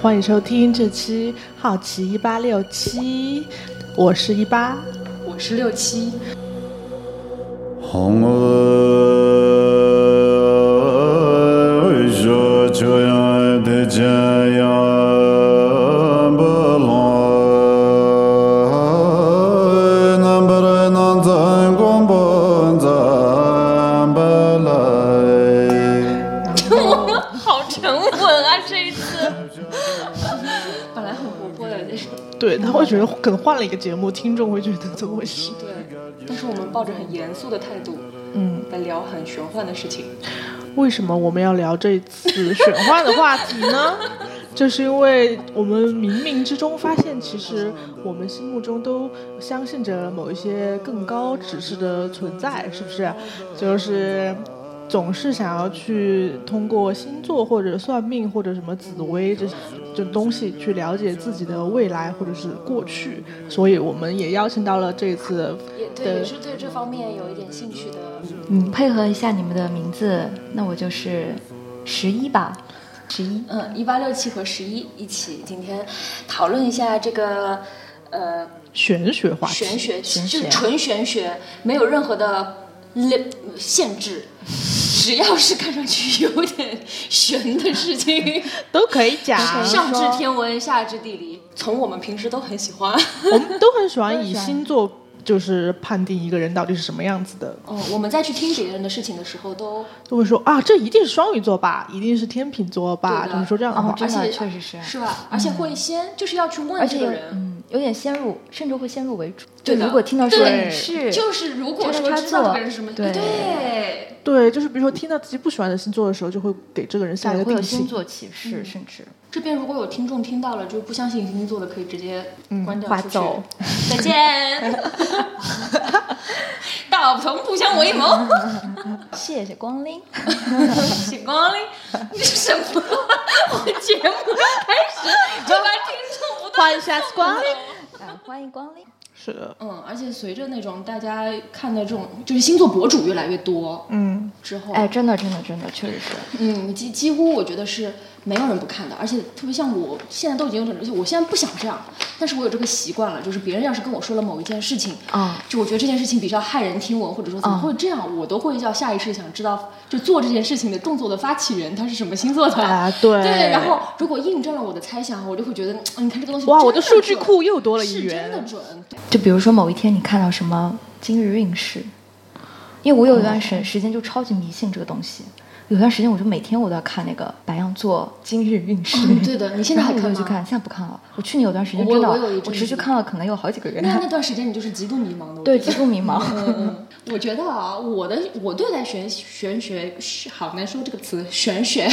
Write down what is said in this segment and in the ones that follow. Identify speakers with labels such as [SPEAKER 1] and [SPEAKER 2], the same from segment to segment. [SPEAKER 1] 欢迎收听这期《好奇一八六七》，我是一八，
[SPEAKER 2] 我是六七。
[SPEAKER 3] 红儿说：“这样的家呀，不来，能不能咱光不咱不来？
[SPEAKER 2] 好沉稳啊，这一次。本来很活泼的，这是
[SPEAKER 1] 对他会觉得可能换了一个节目，听众会觉得怎么回事？
[SPEAKER 2] 对。但是我们抱着很严肃的态度，
[SPEAKER 1] 嗯，
[SPEAKER 2] 来聊很玄幻的事情。
[SPEAKER 1] 为什么我们要聊这次玄幻的话题呢？就是因为我们冥冥之中发现，其实我们心目中都相信着某一些更高指示的存在，是不是？就是总是想要去通过星座或者算命或者什么紫薇这这东西去了解自己的未来或者是过去，所以我们也邀请到了这次
[SPEAKER 4] 也
[SPEAKER 1] 对
[SPEAKER 4] 对，也是对这方面有一点兴趣的。
[SPEAKER 1] 嗯
[SPEAKER 5] 配合一下你们的名字，那我就是十一吧，十一。
[SPEAKER 4] 嗯，一八六七和十一一起今天讨论一下这个呃
[SPEAKER 1] 玄学话题。
[SPEAKER 4] 玄学，
[SPEAKER 5] 玄
[SPEAKER 4] 就是
[SPEAKER 5] 学
[SPEAKER 4] 纯玄学，没有任何的 li- 限制，只要是看上去有点玄的事情，
[SPEAKER 1] 都可以讲，
[SPEAKER 4] 上至天文，下至地理，从我们平时都很喜欢。
[SPEAKER 1] 我们都很喜欢以星座就是判定一个人到底是什么样子的，
[SPEAKER 4] 嗯，我们在去听别人的事情的时候
[SPEAKER 5] 哦
[SPEAKER 4] 都，
[SPEAKER 1] 都会说啊，这一定是双鱼座吧，一定是天秤座吧，
[SPEAKER 4] 对的
[SPEAKER 1] 他们说这样的话
[SPEAKER 5] 哦，真的
[SPEAKER 4] 而且
[SPEAKER 5] 确实是嗯
[SPEAKER 4] 是吧？而且会先就是要去问
[SPEAKER 5] 而
[SPEAKER 4] 这
[SPEAKER 5] 且
[SPEAKER 4] 个
[SPEAKER 5] 有
[SPEAKER 4] 人，
[SPEAKER 5] 嗯，有点先入，甚至会先入为主。就
[SPEAKER 4] 对的
[SPEAKER 5] 如果听到说
[SPEAKER 4] 对
[SPEAKER 5] 你是，
[SPEAKER 4] 就是如果
[SPEAKER 5] 就是
[SPEAKER 4] 说
[SPEAKER 5] 他
[SPEAKER 4] 知道这
[SPEAKER 5] 做
[SPEAKER 4] 个人是什么，
[SPEAKER 5] 对
[SPEAKER 4] 对
[SPEAKER 1] 对，就是比如说听到自己不喜欢的星座的时候，就会给这个人下一个
[SPEAKER 5] 对会有
[SPEAKER 1] 定
[SPEAKER 5] 星
[SPEAKER 1] 性。
[SPEAKER 5] 座歧视，甚至
[SPEAKER 4] 这边如果有听众听到了，就不相信星座的，可以直接关掉
[SPEAKER 5] 嗯划
[SPEAKER 4] 出去。
[SPEAKER 5] 走
[SPEAKER 4] 再见。 道不同不相为 谋，
[SPEAKER 5] 谢谢光临。
[SPEAKER 4] 请光临。 这是什么？ 我节目开始就把听众不断
[SPEAKER 1] 欢迎下次光临。
[SPEAKER 5] 啊，欢迎 光临。
[SPEAKER 1] 是的，
[SPEAKER 4] 嗯，而且随着那种大家看的这种就是星座博主越来越多
[SPEAKER 1] 嗯，
[SPEAKER 4] 之后，
[SPEAKER 5] 哎，真的，真的，真的，确实是。
[SPEAKER 4] 嗯，几几乎我觉得是没有人不看的，而且特别像我现在都已经有点，而且我现在不想这样，但是我有这个习惯了，就是别人要是跟我说了某一件事情，
[SPEAKER 1] 嗯
[SPEAKER 5] 啊
[SPEAKER 4] 就我觉得这件事情比较骇人听闻，或者说怎么
[SPEAKER 5] 啊
[SPEAKER 4] 会这样，我都会要下意识想知道，就做这件事情的动作的发起人他是什么星座的。
[SPEAKER 1] 啊，对
[SPEAKER 4] 对，然后如果印证了我的猜想，我就会觉得，嗯，你看这个东西，
[SPEAKER 1] 哇，我的数据库又多了一
[SPEAKER 4] 是真的
[SPEAKER 1] 元，
[SPEAKER 4] 准，对
[SPEAKER 5] 就比如说某一天你看到什么今日运势，因为我有一段
[SPEAKER 4] 哦
[SPEAKER 5] 时时间就超级迷信这个东西，有段时间我就每天我都要看那个白羊座今日运势。
[SPEAKER 4] 嗯对的你现在还
[SPEAKER 5] 然后
[SPEAKER 4] 看
[SPEAKER 5] 我就
[SPEAKER 4] 吗
[SPEAKER 5] 去看，现在不看了。我去年有段时间
[SPEAKER 4] 我
[SPEAKER 5] 真的，
[SPEAKER 4] 我有一阵
[SPEAKER 5] 我持续
[SPEAKER 4] 子
[SPEAKER 5] 看了可能有好几个月。
[SPEAKER 4] 那那段时间你就是极度迷茫的，我
[SPEAKER 5] 对，
[SPEAKER 4] 觉
[SPEAKER 5] 极
[SPEAKER 4] 得
[SPEAKER 5] 度迷茫。
[SPEAKER 4] 嗯，我觉得啊，我的我对待玄玄学是好难说这个词，玄 学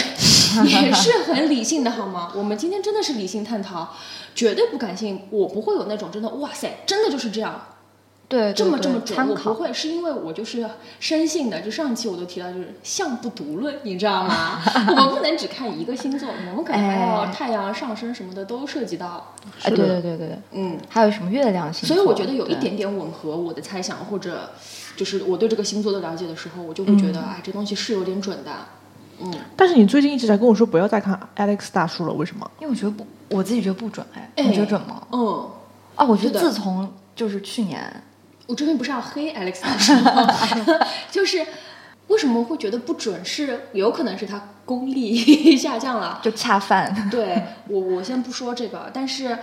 [SPEAKER 4] 也是很理性的，好吗？我们今天真的是理性探讨，绝对不感性，我不会有那种真的哇塞，真的就是这样，
[SPEAKER 5] 对，对
[SPEAKER 4] 这么
[SPEAKER 5] 对
[SPEAKER 4] 这么准，
[SPEAKER 5] 参
[SPEAKER 4] 我不
[SPEAKER 5] 考。
[SPEAKER 4] 会，是因为我就是深信的。就上期我都提到，就是相不独论，你知道吗？ 我们不能只看一个星座，我们可能还要
[SPEAKER 5] 哎
[SPEAKER 4] 太阳上升什么的都涉及到，
[SPEAKER 5] 哎，
[SPEAKER 1] 是
[SPEAKER 5] 对
[SPEAKER 1] 的
[SPEAKER 5] 对对对对。
[SPEAKER 4] 嗯。
[SPEAKER 5] 还有什么月亮星座？
[SPEAKER 4] 所以我觉得有一
[SPEAKER 5] 对
[SPEAKER 4] 点点吻合我的猜想，或者就是我对这个星座的了解的时候，我就会觉得，哎，这东西是有点准的。嗯，
[SPEAKER 1] 但是你最近一直在跟我说不要再看 Alex 大叔了，为什么？
[SPEAKER 5] 因为我觉得不，我自己觉得不准哎，
[SPEAKER 4] 哎
[SPEAKER 5] 你觉得准吗？
[SPEAKER 4] 嗯，
[SPEAKER 5] 啊，我觉
[SPEAKER 4] 对的
[SPEAKER 5] 得自从就是去年，
[SPEAKER 4] 我这边不是要黑 Alex 大叔吗， 就是为什么会觉得不准是有可能是他功力 下降了。
[SPEAKER 5] 就恰饭，
[SPEAKER 4] 对我，我先不说这个，但是。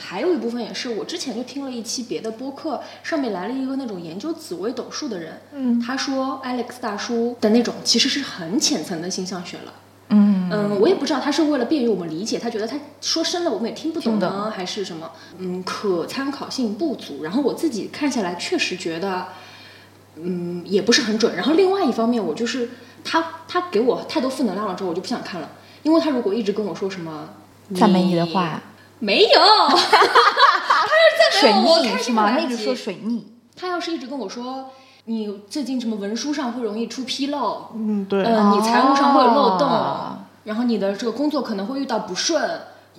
[SPEAKER 4] 还有一部分也是，我之前就听了一期别的播客，上面来了一个那种研究紫微斗数的人，
[SPEAKER 1] 嗯
[SPEAKER 4] 他说 Alex 大叔的那种其实是很浅层的星象学了，
[SPEAKER 5] 嗯，
[SPEAKER 4] 嗯，我也不知道他是为了便于我们理解，他觉得他说深了我们也听不懂
[SPEAKER 5] 听不
[SPEAKER 4] 呢，
[SPEAKER 5] 懂
[SPEAKER 4] 还是什么？嗯，可参考性不足。然后我自己看下来，确实觉得，嗯，也不是很准。然后另外一方面，我就是他他给我太多负能量了之后，我就不想看了，因为他如果一直跟我说什么
[SPEAKER 5] 赞美你的，话，
[SPEAKER 4] 没有， 他是
[SPEAKER 5] 水
[SPEAKER 4] 赞美我，我
[SPEAKER 5] 逆
[SPEAKER 4] 开
[SPEAKER 5] 是
[SPEAKER 4] 心
[SPEAKER 5] 吗？
[SPEAKER 4] 来
[SPEAKER 5] 他一
[SPEAKER 4] 不
[SPEAKER 5] 直
[SPEAKER 4] 及
[SPEAKER 5] 说水逆，
[SPEAKER 4] 他要是一直跟我说你最近什么文书上会容易出纰漏，
[SPEAKER 1] 嗯，对，
[SPEAKER 4] 嗯，你财务上会有漏洞，
[SPEAKER 5] 哦
[SPEAKER 4] 然后你的这个工作可能会遇到不顺，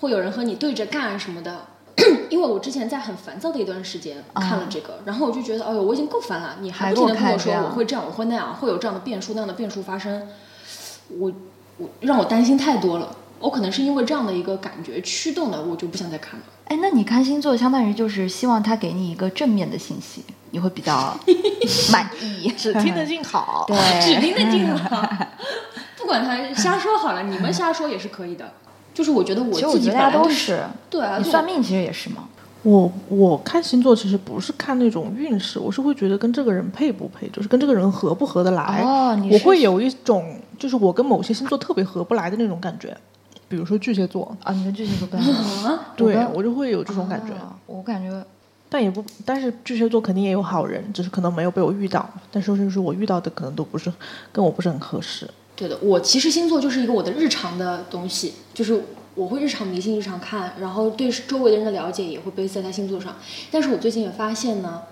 [SPEAKER 4] 会有人和你对着干什么的。 因为我之前在很烦躁的一段时间看了这个，然后我就觉得，哎呦，我已经够烦了，你还
[SPEAKER 5] 还
[SPEAKER 4] 不停的
[SPEAKER 5] 给我
[SPEAKER 4] 跟我
[SPEAKER 5] 看
[SPEAKER 4] 说
[SPEAKER 5] 这样
[SPEAKER 4] 我会这样，我会那样，会有这样的变数，那样的变数发生，我我让我担心太多了。我可能是因为这样的一个感觉驱动的，我就不想再看了。
[SPEAKER 5] 哎，那你看星座，相当于就是希望他给你一个正面的信息，你会比较满意。
[SPEAKER 1] 只听 得进好。
[SPEAKER 4] 指
[SPEAKER 5] 对，
[SPEAKER 4] 定的进了， 不管他瞎说好了，你们瞎说也是可以的。就是我觉得我
[SPEAKER 5] 其实我
[SPEAKER 4] 自
[SPEAKER 5] 觉
[SPEAKER 4] 己
[SPEAKER 5] 得
[SPEAKER 4] 本
[SPEAKER 5] 大
[SPEAKER 4] 来
[SPEAKER 5] 家都
[SPEAKER 4] 对
[SPEAKER 5] 是。
[SPEAKER 4] 对啊，
[SPEAKER 5] 你
[SPEAKER 4] 对
[SPEAKER 5] 算命其实也是嘛。
[SPEAKER 1] 我我看星座其实不是看那种运势，我是会觉得跟这个人配不配，就是跟这个人合不合得来。
[SPEAKER 5] 哦你是
[SPEAKER 1] 我会有一种就是我跟某些星座特别合不来的那种感觉，比如说巨蟹座，
[SPEAKER 5] 啊，你跟巨蟹座不太一样。
[SPEAKER 1] 对
[SPEAKER 5] 跟
[SPEAKER 1] 我就会有这种感觉。
[SPEAKER 5] 啊我感觉
[SPEAKER 1] 但也不，但是巨蟹座肯定也有好人，只是可能没有被我遇到。但是就是我遇到的可能都不是跟我不是很合适。
[SPEAKER 4] 对的，我其实星座就是一个我的日常的东西，就是我会日常迷信，日常看，然后对周围的人的了解也会 base 在他星座上。但是我最近也发现呢，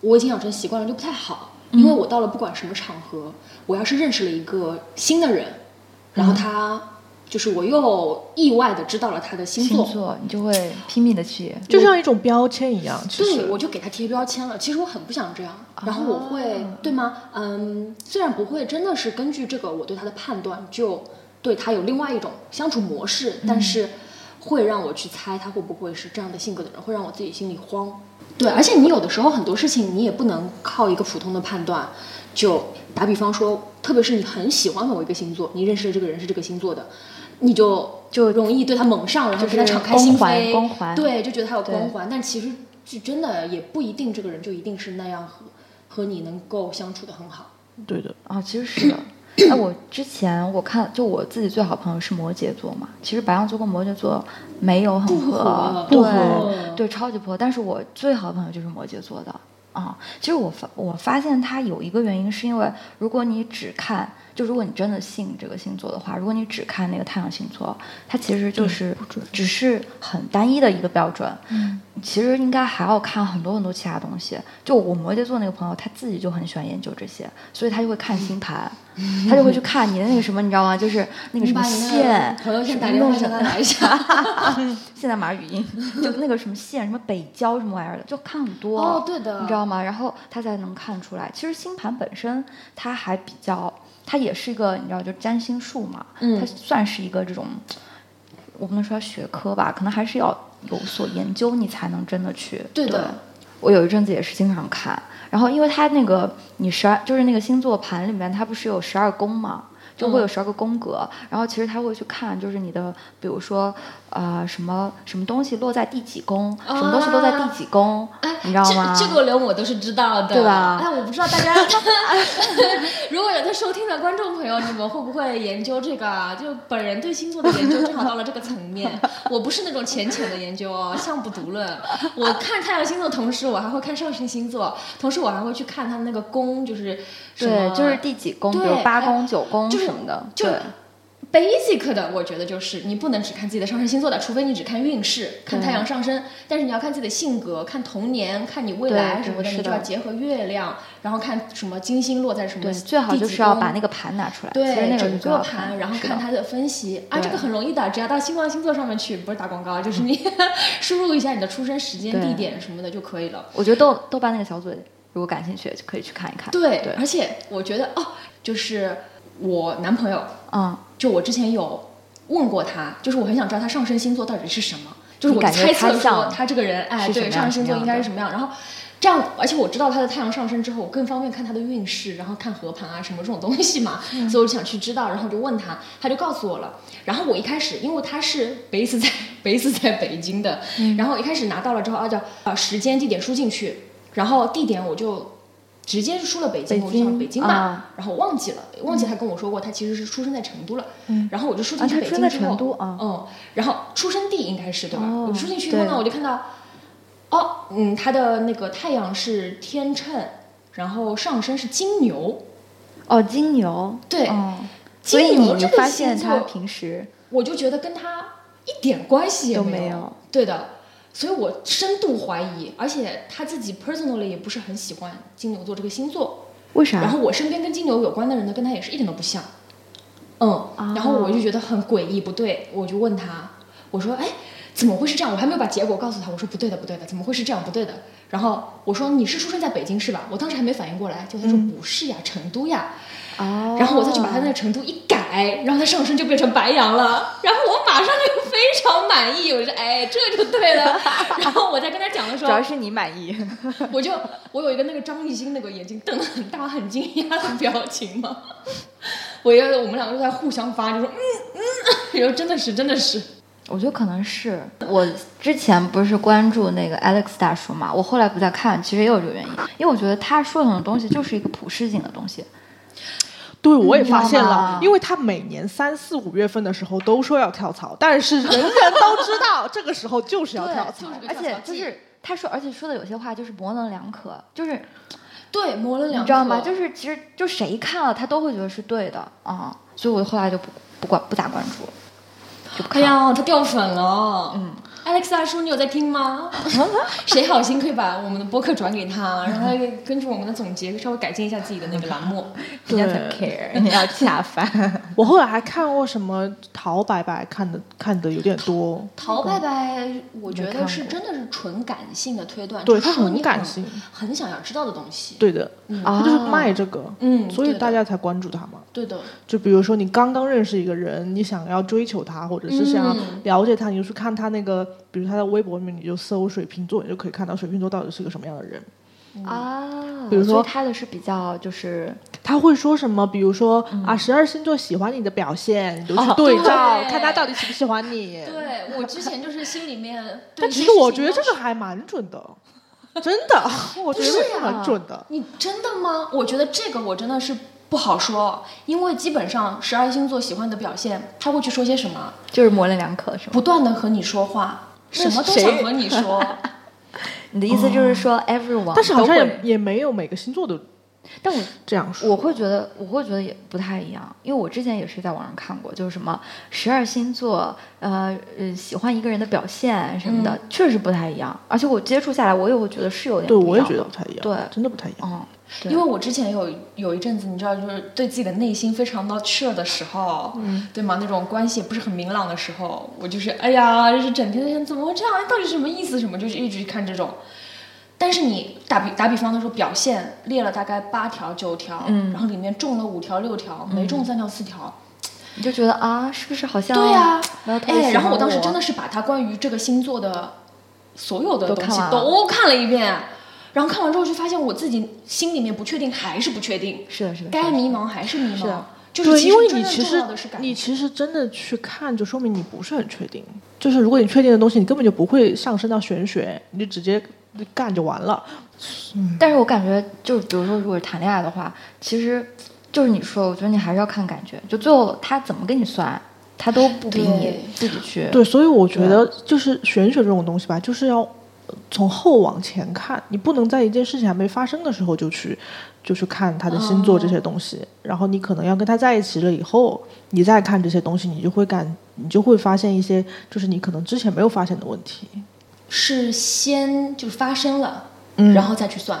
[SPEAKER 4] 我已经养成习惯了，就不太好，
[SPEAKER 5] 嗯
[SPEAKER 4] 因为我到了不管什么场合，我要是认识了一个新的人，然后他就是我又意外的知道了他的星
[SPEAKER 5] 星
[SPEAKER 4] 座，
[SPEAKER 5] 座你就会拼命的去
[SPEAKER 1] 就像一种标签一样，其
[SPEAKER 4] 对，
[SPEAKER 1] 实
[SPEAKER 4] 我就给他贴标签了。其实我很不想这样，
[SPEAKER 5] 哦
[SPEAKER 4] 然后我会、对吗？嗯，虽然不会真的是根据这个我对他的判断，就对他有另外一种相处模式，
[SPEAKER 5] 嗯
[SPEAKER 4] 但是会让我去猜他会不会是这样的性格的人，会让我自己心里慌。对，
[SPEAKER 5] 嗯
[SPEAKER 4] 而且你有的时候很多事情你也不能靠一个普通的判断，就打比方说，特别是你很喜欢某一个星座，你认识的这个人是这个星座的，你就就容易对他蒙上，然后
[SPEAKER 5] 就是
[SPEAKER 4] 跟他敞开心
[SPEAKER 5] 光环
[SPEAKER 4] 扉，
[SPEAKER 5] 光环
[SPEAKER 4] 对。对，就觉得他有光
[SPEAKER 5] 对
[SPEAKER 4] 环，但其实就真的也不一定，这个人就一定是那样和和你能够相处的很好。
[SPEAKER 1] 对的，
[SPEAKER 5] 啊，其实是的。哎，我之前我看，就我自己最好朋友是摩羯座嘛。其实白羊座跟摩羯座没有很合，
[SPEAKER 4] 不
[SPEAKER 5] 对
[SPEAKER 4] 合
[SPEAKER 5] 对，超级不合。但是我最好的朋友就是摩羯座的啊、其实我发我发现他有一个原因，是因为如果你只看，就如果你真的信这个星座的话，如果你只看那个太阳星座，它其实就是
[SPEAKER 1] 不准
[SPEAKER 5] 只是很单一的一个标准。嗯，其实应该还要看很多很多其他东西。就我摩羯座那个朋友，他自己就很喜欢研究这些，所以他就会看星盘，他就会去看你的那个什么，你知道吗？就是那个
[SPEAKER 4] 你
[SPEAKER 5] 什么
[SPEAKER 4] 把你那
[SPEAKER 5] 线
[SPEAKER 4] 个，朋友先打电话
[SPEAKER 5] 什
[SPEAKER 4] 向
[SPEAKER 5] 么
[SPEAKER 4] 他
[SPEAKER 5] 弄
[SPEAKER 4] 来一下。
[SPEAKER 5] 现在马上语音，就那个什么线，什么北交什么玩意儿的，就看很多。
[SPEAKER 4] 哦对的
[SPEAKER 5] 你知道吗？然后他才能看出来。其实星盘本身它还比较，它也是一个你知道，就占星术嘛，
[SPEAKER 4] 嗯
[SPEAKER 5] 它算是一个这种，我不能说学科吧，可能还是要有所研究，你才能真的去。
[SPEAKER 4] 对的
[SPEAKER 5] 我有一阵子也是经常看，然后因为它那个你十二就是那个星座盘里面，它不是有十二宫嘛，就
[SPEAKER 4] 嗯
[SPEAKER 5] 会有十二个宫格，然后其实他会去看，就是你的比如说呃什么什么东西落在第几宫，什么东西落在第几宫，
[SPEAKER 4] 啊哎，
[SPEAKER 5] 你知道吗？
[SPEAKER 4] 这这个人我都是知道的，
[SPEAKER 5] 对吧
[SPEAKER 4] 哎，我不知道大家， 如果有在收听的观众朋友，你们会不会研究这个啊？就本人对星座的研究正好到了这个层面，我不是那种浅浅的研究哦，相不读论。我看太阳星座，同时我还会看上升星座，同时我还会去看他们那个宫，就是什
[SPEAKER 5] 对，
[SPEAKER 4] 么
[SPEAKER 5] 就是第几宫，比
[SPEAKER 4] 对
[SPEAKER 5] 如八宫、
[SPEAKER 4] 哎
[SPEAKER 5] 九宫
[SPEAKER 4] 就是
[SPEAKER 5] 什么的，
[SPEAKER 4] 就
[SPEAKER 5] 对。
[SPEAKER 4] basic 的，我觉得就是你不能只看自己的上升星座的，除非你只看运
[SPEAKER 5] 嗯
[SPEAKER 4] 势、看太阳上升，但是你要看自己的性格、看童年、看你未来
[SPEAKER 5] 对
[SPEAKER 4] 什么
[SPEAKER 5] 对
[SPEAKER 4] 的，
[SPEAKER 5] 是
[SPEAKER 4] 你就
[SPEAKER 5] 的
[SPEAKER 4] 要结合月亮，然后看什么金星落在什么
[SPEAKER 5] 对，
[SPEAKER 4] 地几宫，
[SPEAKER 5] 最好就是要把那个盘拿出来，其实
[SPEAKER 4] 对
[SPEAKER 5] 那个
[SPEAKER 4] 整
[SPEAKER 5] 是最好
[SPEAKER 4] 个
[SPEAKER 5] 看的
[SPEAKER 4] 盘，然后
[SPEAKER 5] 是
[SPEAKER 4] 看
[SPEAKER 5] 的
[SPEAKER 4] 它的分析啊，
[SPEAKER 5] 对
[SPEAKER 4] 这个很容易的，只要到新浪星座上面去，不是打广告，就是你 输入一下你的出生时间、
[SPEAKER 5] 对
[SPEAKER 4] 地点什么的就可以了。
[SPEAKER 5] 我觉得豆豆瓣那个小组，如果感兴趣就可以去看一看。
[SPEAKER 4] 对，
[SPEAKER 5] 对
[SPEAKER 4] 而，且我觉得哦，就是我男朋友
[SPEAKER 5] 嗯，
[SPEAKER 4] 就我之前有问过他，就是我很想知道他上升星座到底是什么，就是
[SPEAKER 5] 你
[SPEAKER 4] 我
[SPEAKER 5] 感觉
[SPEAKER 4] 猜测
[SPEAKER 5] 他
[SPEAKER 4] 说
[SPEAKER 5] 像
[SPEAKER 4] 他这个人，哎，
[SPEAKER 5] 是什么
[SPEAKER 4] 对，
[SPEAKER 5] 样
[SPEAKER 4] 上升星座
[SPEAKER 5] 什么样的
[SPEAKER 4] 应该是什么样。然后这样，而且我知道他的太阳上升之后，我更方便看他的运势，然后看合盘啊什么这种东西嘛，
[SPEAKER 5] 嗯
[SPEAKER 4] 所以我就想去知道，然后就问他，他就告诉我了。然后我一开始，因为他是 base 在 base 在北京的，
[SPEAKER 5] 嗯
[SPEAKER 4] 然后我一开始拿到了之后，按照啊时间地点输进去，然后地点我就。直接输了北京，
[SPEAKER 5] 北
[SPEAKER 4] 我就想
[SPEAKER 5] 京
[SPEAKER 4] 北京吧，
[SPEAKER 5] 啊
[SPEAKER 4] 然后我忘记了，忘记他跟我说过，他其实是出生在成都了。然后我就输进
[SPEAKER 5] 啊
[SPEAKER 4] 去
[SPEAKER 5] 他
[SPEAKER 4] 北
[SPEAKER 5] 出生
[SPEAKER 4] 京
[SPEAKER 5] 在
[SPEAKER 4] 之后，
[SPEAKER 5] 成都啊
[SPEAKER 4] 嗯，然后出生地应该是对吧？
[SPEAKER 5] 哦
[SPEAKER 4] 我输进去以后
[SPEAKER 5] 对
[SPEAKER 4] 呢，我就看到，哦，嗯，他的那个太阳是天秤，然后上升是金牛，
[SPEAKER 5] 哦，金牛，
[SPEAKER 4] 对
[SPEAKER 5] 嗯，所以
[SPEAKER 4] 金
[SPEAKER 5] 你
[SPEAKER 4] 牛
[SPEAKER 5] 你
[SPEAKER 4] 这个
[SPEAKER 5] 发
[SPEAKER 4] 星
[SPEAKER 5] 现
[SPEAKER 4] 座
[SPEAKER 5] 他平时
[SPEAKER 4] 我就觉得跟他一点关系也
[SPEAKER 5] 都
[SPEAKER 4] 没
[SPEAKER 5] 没有
[SPEAKER 4] 对的，所以我深度怀疑，而且他自己 personally 也不是很喜欢金牛座这个星座。
[SPEAKER 5] 为啥？
[SPEAKER 4] 然后我身边跟金牛有关的人呢，跟他也是一点都不像。嗯，
[SPEAKER 5] 啊
[SPEAKER 4] 然后我就觉得很诡异，不对，我就问他，我说，哎，怎么会是这样？我还没有把结果告诉他，我说不对的，不对的，怎么会是这样？不对的。然后我说你是出生在北京是吧？我当时还没反应过来，就他说不是呀，成都呀。
[SPEAKER 5] 嗯哦
[SPEAKER 4] 然后我再去把它那个程度一改，然后它上升就变成白羊 了，然后我马上就非常满意，我说哎这就对了，然后我在跟他讲的时
[SPEAKER 5] 主
[SPEAKER 4] 候
[SPEAKER 5] 要，是你满 意，
[SPEAKER 4] 我就我有一个那个张艺兴那个眼睛瞪得很大很惊讶的表情嘛， 我也我们两个就在互相发，就说嗯嗯， 然后真的是真的是，
[SPEAKER 5] 我觉得可能是我之前不是关注那个 Alex 大叔嘛，我后来不再看，其实也有这个原因，因为我觉得他说的很多东西就是一个普世性的东西，
[SPEAKER 1] 对，我也发现
[SPEAKER 5] 你知道
[SPEAKER 1] 了
[SPEAKER 5] 吗，
[SPEAKER 1] 因为他每年三四五月份的时候都说要跳槽，但是人人都知道这个时候就是要
[SPEAKER 5] 对，
[SPEAKER 1] 跳槽。
[SPEAKER 5] 而且就是他说，而且说的有些话就是模棱两可，就是
[SPEAKER 4] 对，模棱两可，
[SPEAKER 5] 你知道吗？就是其实就谁看了他都会觉得是对的啊、所以我后来就不不管不咋关注了，就不
[SPEAKER 4] 哎
[SPEAKER 5] 看了。
[SPEAKER 4] 呀，他掉粉了。
[SPEAKER 5] 嗯
[SPEAKER 4] ，Alex 大叔，你有在听 吗？谁好心可以把我们的播客转给他，让他根据我们的总结稍微改进一下自己的那个栏目。
[SPEAKER 5] 人家才不 care，你要 恰饭。
[SPEAKER 1] 我后来还看过什么陶白白看的看的有点多，
[SPEAKER 4] 陶白白，我觉
[SPEAKER 5] 看
[SPEAKER 4] 得
[SPEAKER 5] 过
[SPEAKER 4] 是真的是纯感性的推断，
[SPEAKER 1] 对
[SPEAKER 4] 就是
[SPEAKER 1] 他很
[SPEAKER 4] 你
[SPEAKER 1] 感性，
[SPEAKER 4] 很想要知道的东西。
[SPEAKER 1] 对的，
[SPEAKER 5] 啊
[SPEAKER 1] 他就是卖这个，
[SPEAKER 4] 嗯
[SPEAKER 1] 所以
[SPEAKER 4] 对的
[SPEAKER 1] 大家才关注他嘛。
[SPEAKER 4] 对的，
[SPEAKER 1] 就比如说你刚刚认识一个人，你想要追求他，或者是想要
[SPEAKER 4] 嗯
[SPEAKER 1] 了解他，你就去看他那个，比如他的微博里面，你就搜水瓶座，你就可以看到水瓶座到底是个什么样的人。
[SPEAKER 5] 啊，
[SPEAKER 1] 比如说
[SPEAKER 5] 所以他的是比较就是
[SPEAKER 1] 他会说什么？比如说、啊，十二星座喜欢你的表现，你就去对照，
[SPEAKER 4] 对
[SPEAKER 1] 看他到底喜不喜欢你。
[SPEAKER 4] 对我之前就是心 里面，
[SPEAKER 1] 但其实我觉得这个还蛮准的，真的，我觉得
[SPEAKER 4] 是
[SPEAKER 1] 是
[SPEAKER 5] 啊
[SPEAKER 1] 很准的。
[SPEAKER 4] 你真的吗？我觉得这个我真的是不好说，因为基本上十二星座喜欢你的表现，他会去说些什么？
[SPEAKER 5] 就是模棱两可是吗？
[SPEAKER 4] 不断的和你说话，什么都想和 你说。
[SPEAKER 5] 你的意思就是说 everyone，
[SPEAKER 1] 但是好像也
[SPEAKER 5] 都会
[SPEAKER 1] 也没有每个星座都
[SPEAKER 5] 但我
[SPEAKER 1] 这样说。
[SPEAKER 5] 我会觉得，我会觉得也不太一样，因为我之前也是在网上看过，就是什么十二星座，呃呃，喜欢一个人的表现什么的，确实不太一样。而且我接触下来，我也会觉得是有点
[SPEAKER 1] 对，
[SPEAKER 5] 不
[SPEAKER 1] 我也
[SPEAKER 5] 一样
[SPEAKER 1] 觉得
[SPEAKER 5] 的
[SPEAKER 1] 不，太一样，
[SPEAKER 5] 对
[SPEAKER 1] 真的不太一样。
[SPEAKER 5] 嗯，对
[SPEAKER 4] 因为我之前有有一阵子，你知道，就是对自己的内心非常 not sure 的时候，
[SPEAKER 5] 嗯
[SPEAKER 4] 对吗？那种关系也不是很明朗的时候，我就是哎呀，就是整天在想怎么会这样，到底什么意思？什么就是一直看这种。但是你打比打比方的时候，表现列了大概八条九条，
[SPEAKER 5] 嗯
[SPEAKER 4] 然后里面中了五条六条，没中三条四条，
[SPEAKER 5] 你就觉得啊，是不是好像
[SPEAKER 4] 对呀、
[SPEAKER 5] 不要特别
[SPEAKER 4] 哎，
[SPEAKER 5] 喜
[SPEAKER 4] 然后
[SPEAKER 5] 欢
[SPEAKER 4] 我当时
[SPEAKER 5] 我
[SPEAKER 4] 真的是把他关于这个星座的所有的
[SPEAKER 5] 都
[SPEAKER 4] 东
[SPEAKER 5] 看
[SPEAKER 4] 西
[SPEAKER 5] 完了
[SPEAKER 4] 都看了一遍，然后看完之后就发现我自己心里面不确定还是不确定，
[SPEAKER 5] 是的，是的，
[SPEAKER 4] 该
[SPEAKER 5] 是的
[SPEAKER 4] 迷茫还是迷
[SPEAKER 5] 是
[SPEAKER 4] 茫
[SPEAKER 5] 的，
[SPEAKER 4] 就是
[SPEAKER 1] 对，
[SPEAKER 4] 其
[SPEAKER 1] 因
[SPEAKER 4] 实
[SPEAKER 1] 为
[SPEAKER 4] 真
[SPEAKER 1] 你
[SPEAKER 4] 正
[SPEAKER 1] 其
[SPEAKER 4] 重
[SPEAKER 1] 实
[SPEAKER 4] 要的是感
[SPEAKER 1] 你
[SPEAKER 4] 觉。
[SPEAKER 1] 其实真的去看，就说明你不是很确定。就是如果你确定的东西，你根本就不会上升到玄学，你就直接干就完了。
[SPEAKER 5] 但是我感觉，就是比如说，如果是谈恋爱的话，其实就是你说，我觉得你还是要看感觉，就最后他怎么跟你算，他都不比你
[SPEAKER 4] 对
[SPEAKER 5] 自己去
[SPEAKER 1] 对，所以我觉得就是玄学这种东西吧，就是要呃从后往前看，你不能在一件事情还没发生的时候就去就去看他的星座这些东西，然后你可能要跟他在一起了以后，你再看这些东西，你就会感你就会发现一些就是你可能之前没有发现的问题。
[SPEAKER 4] 是先就是发生了，
[SPEAKER 1] 嗯
[SPEAKER 4] 然后再去算，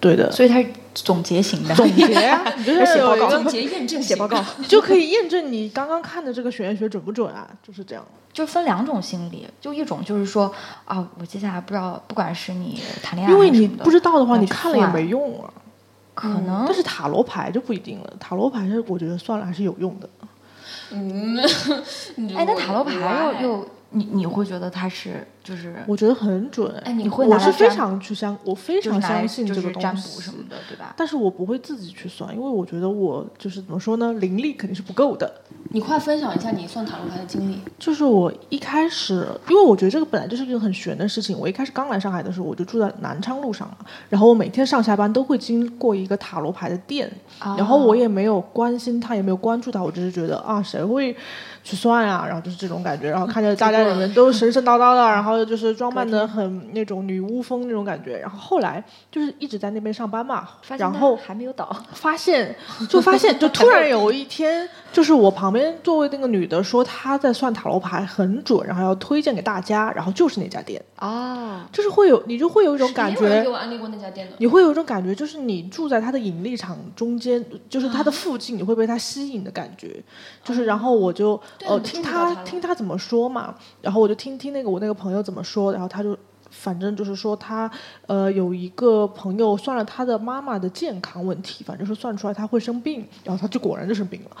[SPEAKER 1] 对的，
[SPEAKER 5] 所以他是总结型的，
[SPEAKER 1] 总结 啊，你就是
[SPEAKER 5] 写
[SPEAKER 1] 有
[SPEAKER 5] 报
[SPEAKER 1] 一
[SPEAKER 5] 告
[SPEAKER 1] 个
[SPEAKER 4] 总结验证写报告。
[SPEAKER 1] 你就可以验证你刚刚看的这个玄学准不准啊？就是这样。
[SPEAKER 5] 就分两种心理，就一种就是说啊，我接下来不知道，不管是你谈恋爱
[SPEAKER 1] 因
[SPEAKER 5] 哎还
[SPEAKER 1] 为
[SPEAKER 5] 是什么的，
[SPEAKER 1] 你不知道的话，
[SPEAKER 5] 要
[SPEAKER 1] 你
[SPEAKER 5] 去
[SPEAKER 1] 看了也
[SPEAKER 5] 算
[SPEAKER 1] 没用啊。
[SPEAKER 5] 可能。
[SPEAKER 1] 但是塔罗牌就不一定了，塔罗牌是我觉得算了还是有用的。
[SPEAKER 4] 嗯，
[SPEAKER 5] 哎，那塔罗牌又
[SPEAKER 4] 哎
[SPEAKER 5] 又你你会觉得它是就是
[SPEAKER 1] 我觉得很准。
[SPEAKER 5] 哎你会拿
[SPEAKER 1] 我
[SPEAKER 5] 来
[SPEAKER 1] 是非
[SPEAKER 5] 占
[SPEAKER 1] 常去相，我非
[SPEAKER 5] 就是
[SPEAKER 1] 常
[SPEAKER 5] 拿来
[SPEAKER 1] 相信
[SPEAKER 5] 就
[SPEAKER 1] 这个
[SPEAKER 5] 是
[SPEAKER 1] 东西。
[SPEAKER 5] 占卜什么的，对吧？
[SPEAKER 1] 但是我不会自己去算，因为我觉得我就是怎么说呢，灵力肯定是不够的。
[SPEAKER 4] 你快分享一下你算塔罗牌的经历。
[SPEAKER 1] 就是我一开始，因为我觉得这个本来就是一个很悬的事情。我一开始刚来上海的时候，我就住在南昌路上嘛，然后我每天上下班都会经过一个塔罗牌的店，
[SPEAKER 5] 啊
[SPEAKER 1] 然后我也没有关心他，也没有关注他，我只是觉得啊，谁会去算啊？然后就是这种感觉，然后看着大 家里面都神神叨叨的，然后就是装扮的很那种女巫风那种感觉。然后后来就是一直在那边上班嘛
[SPEAKER 5] 发，现
[SPEAKER 1] 然
[SPEAKER 5] 它
[SPEAKER 1] 后
[SPEAKER 5] 还没有倒，
[SPEAKER 1] 发现， 就发现，就突然有一天，就是我旁边座位那个女的说她在算塔罗牌很准，然后要推荐给大家，然后就是那家店，
[SPEAKER 5] 啊，
[SPEAKER 1] 就是会有你就会有一种感
[SPEAKER 4] 没有人给
[SPEAKER 1] 觉，
[SPEAKER 4] 我安利过那家店 的。
[SPEAKER 1] 你会有一种感觉，就是你住在她的引力场中间，就是她的
[SPEAKER 4] 嗯
[SPEAKER 1] 附近，你会被她吸引的感觉，就是然后我就
[SPEAKER 4] 对
[SPEAKER 1] 呃
[SPEAKER 4] 你
[SPEAKER 1] 听
[SPEAKER 4] 注意到
[SPEAKER 1] 她
[SPEAKER 4] 她了
[SPEAKER 1] 听她怎么说嘛，然后我就听听那个我那个朋友怎么说，然后她就反正就是说他呃有一个朋友算了他的妈妈的健康问题，反正是算出来他会生病，然后他就果然就生病了。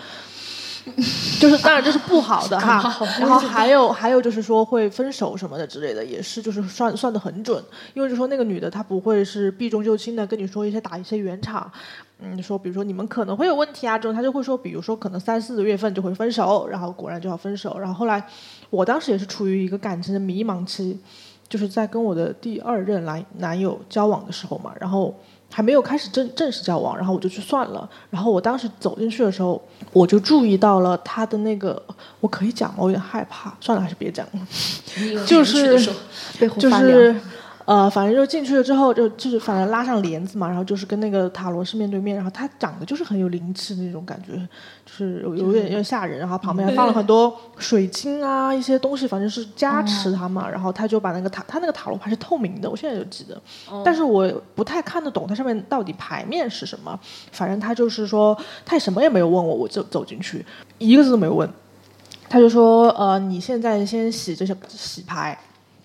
[SPEAKER 1] 就是当然这是不好的哈，然后还有还有就是说会分手什么的之类的，也是就是算算的很准，因为就说那个女的她不会是避重就轻的跟你说一些打一些圆场，嗯，说比如说你们可能会有问题啊，之后她就会说，比如说可能三四月份就会分手，然后果然就要分手，然后后来我当时也是处于一个感情的迷茫期，就是在跟我的第二任男男友交往的时候嘛，然后。还没有开始正正式交往，然后我就去算了。然后我当时走进去的时候，我就注意到了他的那个，我可以讲吗？我有点害怕，算了，还是别讲了。就是
[SPEAKER 5] 背后
[SPEAKER 1] 就
[SPEAKER 5] 发
[SPEAKER 1] 是
[SPEAKER 5] 凉。
[SPEAKER 1] 呃，反正就进去了之后，就就是反正拉上帘子嘛，然后就是跟那个塔罗是面对面，然后他长得就是很有灵气的那种感觉，就是有有点
[SPEAKER 5] 嗯
[SPEAKER 1] 有点吓人，然后旁边还放了很多水晶啊一些东西，反正是加
[SPEAKER 5] 嗯
[SPEAKER 1] 持他嘛，然后他就把那个塔他那个塔罗牌是透明的，我现在就记得，
[SPEAKER 5] 哦
[SPEAKER 1] 但是我不太看得懂它上面到底牌面是什么，反正他就是说他也什么也没有问我，我就走进去，一个字都没有问，他就说呃你现在先洗这些洗牌。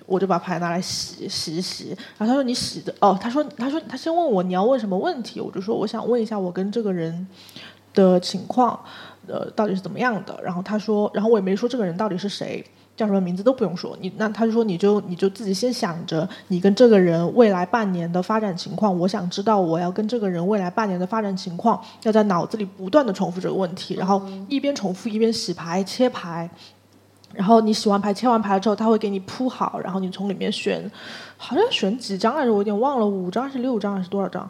[SPEAKER 1] 我就把牌拿来洗洗一洗，然后他说你洗的哦，他说他说他先问我你要问什么问题，我就说我想问一下我跟这个人的情况，呃，到底是怎么样的？然后他说，然后我也没说这个人到底是谁，叫什么名字都不用说，你那他就说你就你就自己先想着你跟这个人未来半年的发展情况，我想知道我要跟这个人未来半年的发展情况，要在脑子里不断的重复这个问题，然后一边重复一边洗牌切牌，然后你洗完牌、切完牌之后，他会给你铺好，然后你从里面选，好像选几张来着，我有点忘了，五张还是六张还是多少张？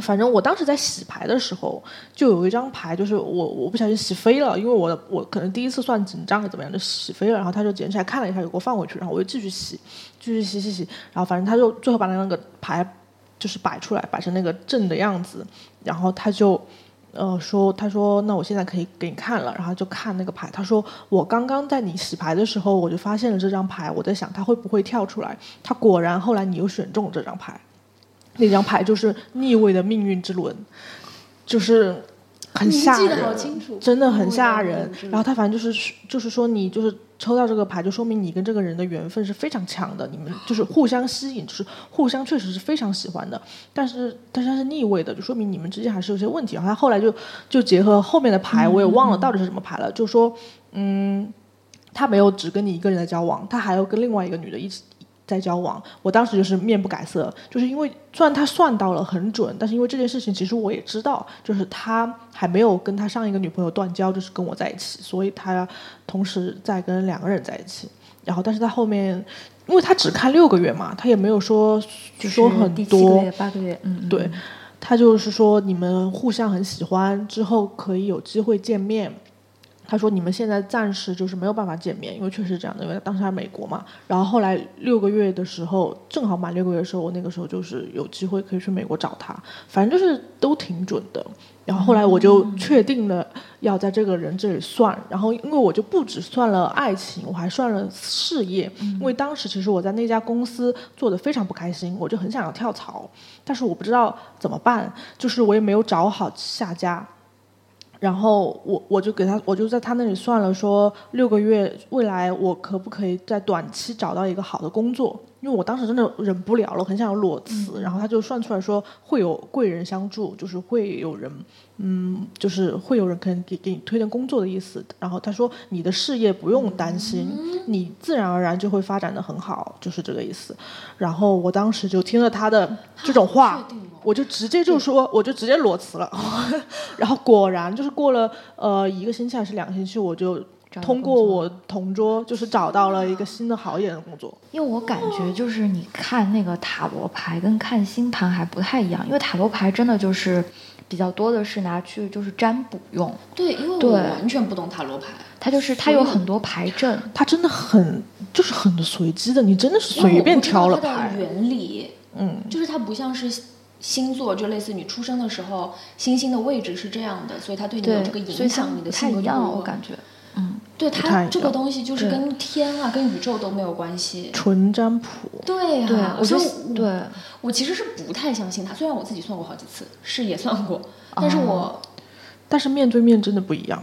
[SPEAKER 1] 反正我当时在洗牌的时候，就有一张牌，就是我我不小心洗飞了，因为我我可能第一次算紧张还是怎么样，就洗飞了。然后他就捡起来看了一下，就给我放回去，然后我就继续洗，继续洗洗洗。然后反正他就最后把那个牌就是摆出来，摆成那个正的样子，然后他就呃说，他说那我现在可以给你看了，然后就看那个牌。他说我刚刚在你洗牌的时候，我就发现了这张牌，我在想它会不会跳出来。他果然后来你又选中了这张牌，那张牌就是逆位的命运之轮，就是很吓
[SPEAKER 4] 你记
[SPEAKER 1] 人，
[SPEAKER 4] 得好清楚
[SPEAKER 1] 真的很吓
[SPEAKER 4] 逆位的
[SPEAKER 1] 人
[SPEAKER 4] 命运之。轮
[SPEAKER 1] 然后他反正就是就是说你就是抽到这个牌，就说明你跟这个人的缘分是非常强的，你们就是互相吸引，就是互相确实是非常喜欢的。但是但是它是逆位的，就说明你们之间还是有些问题。然后他后来就就结合后面的牌，我也忘了到底是什么牌了，就说嗯，他没有只跟你一个人在交往，他还要跟另外一个女的一起。在交往，我当时就是面不改色，就是因为虽然他算到了很准，但是因为这件事情，其实我也知道，就是他还没有跟他上一个女朋友断交，就是跟我在一起，所以他同时在跟两个人在一起。然后，但是他后面，因为他只看六个月嘛，他也没有说说很
[SPEAKER 5] 第七个
[SPEAKER 1] 多
[SPEAKER 5] 月、，八个月，嗯，嗯
[SPEAKER 1] 对，他就是说你们互相很喜欢，之后可以有机会见面。他说你们现在暂时就是没有办法见面，因为确实这样的，因为当时在美国嘛。然后后来六个月的时候，正好满六个月的时候，我那个时候就是有机会可以去美国找他，反正就是都挺准的。然后后来我就确定了要在这个人这里算，然后因为我就不只算了爱情，我还算了事业，因为当时其实我在那家公司做的非常不开心，我就很想要跳槽，但是我不知道怎么办，就是我也没有找好下家。然后我我就给他，我就在他那里算了说，六个月未来我可不可以在短期找到一个好的工作？因为我当时真的忍不了了，很想要裸辞。然后他就算出来说会有贵人相助，就是会有人，嗯，就是会有人可能给给你推荐工作的意思。然后他说你的事业不用担心，
[SPEAKER 4] 嗯
[SPEAKER 1] 你自然而然就会发展的很好，就是这个意思。然后我当时就听了他的这种
[SPEAKER 4] 啊
[SPEAKER 1] 话，我就直接就说，我就直接裸辞了。 然后果然就是过了呃一个星期还是两个星期，我就
[SPEAKER 5] 找到
[SPEAKER 1] 通过
[SPEAKER 5] 工作
[SPEAKER 1] 我同桌就是找到了一个新的好一点的工作。
[SPEAKER 5] 因为我感觉就是你看那个塔罗牌跟看星盘还不太一样，因为塔罗牌真的就是比较多的是拿去就是占卜用，
[SPEAKER 4] 对，因为
[SPEAKER 5] 对
[SPEAKER 4] 我完全不懂塔罗牌，
[SPEAKER 5] 它就是它有很多牌阵，
[SPEAKER 1] 他真的很就是很随机的，你真的是随便挑了
[SPEAKER 4] 因为我不
[SPEAKER 1] 牌
[SPEAKER 4] 知道它的。原理，嗯，就是它不像是星座，就类似你出生的时候星星的位置是这样的，所以它对你有
[SPEAKER 5] 对
[SPEAKER 4] 这个，
[SPEAKER 5] 所
[SPEAKER 4] 影
[SPEAKER 5] 以它
[SPEAKER 4] 响，你的
[SPEAKER 5] 不太
[SPEAKER 4] 性格
[SPEAKER 5] 一样，
[SPEAKER 4] 如何
[SPEAKER 5] 我感觉。
[SPEAKER 4] 对
[SPEAKER 1] 不太一
[SPEAKER 4] 它
[SPEAKER 1] 样
[SPEAKER 4] 这个东西就是跟天啊、跟宇宙都没有关系。
[SPEAKER 1] 纯占卜，
[SPEAKER 4] 对
[SPEAKER 5] 对，
[SPEAKER 4] 啊，
[SPEAKER 5] 我就
[SPEAKER 4] 所以我
[SPEAKER 5] 对，
[SPEAKER 4] 我其实是不太相信它，虽然我自己算过好几次，是也算过，
[SPEAKER 5] 啊
[SPEAKER 4] 但是我
[SPEAKER 1] 但是面对面真的不一样，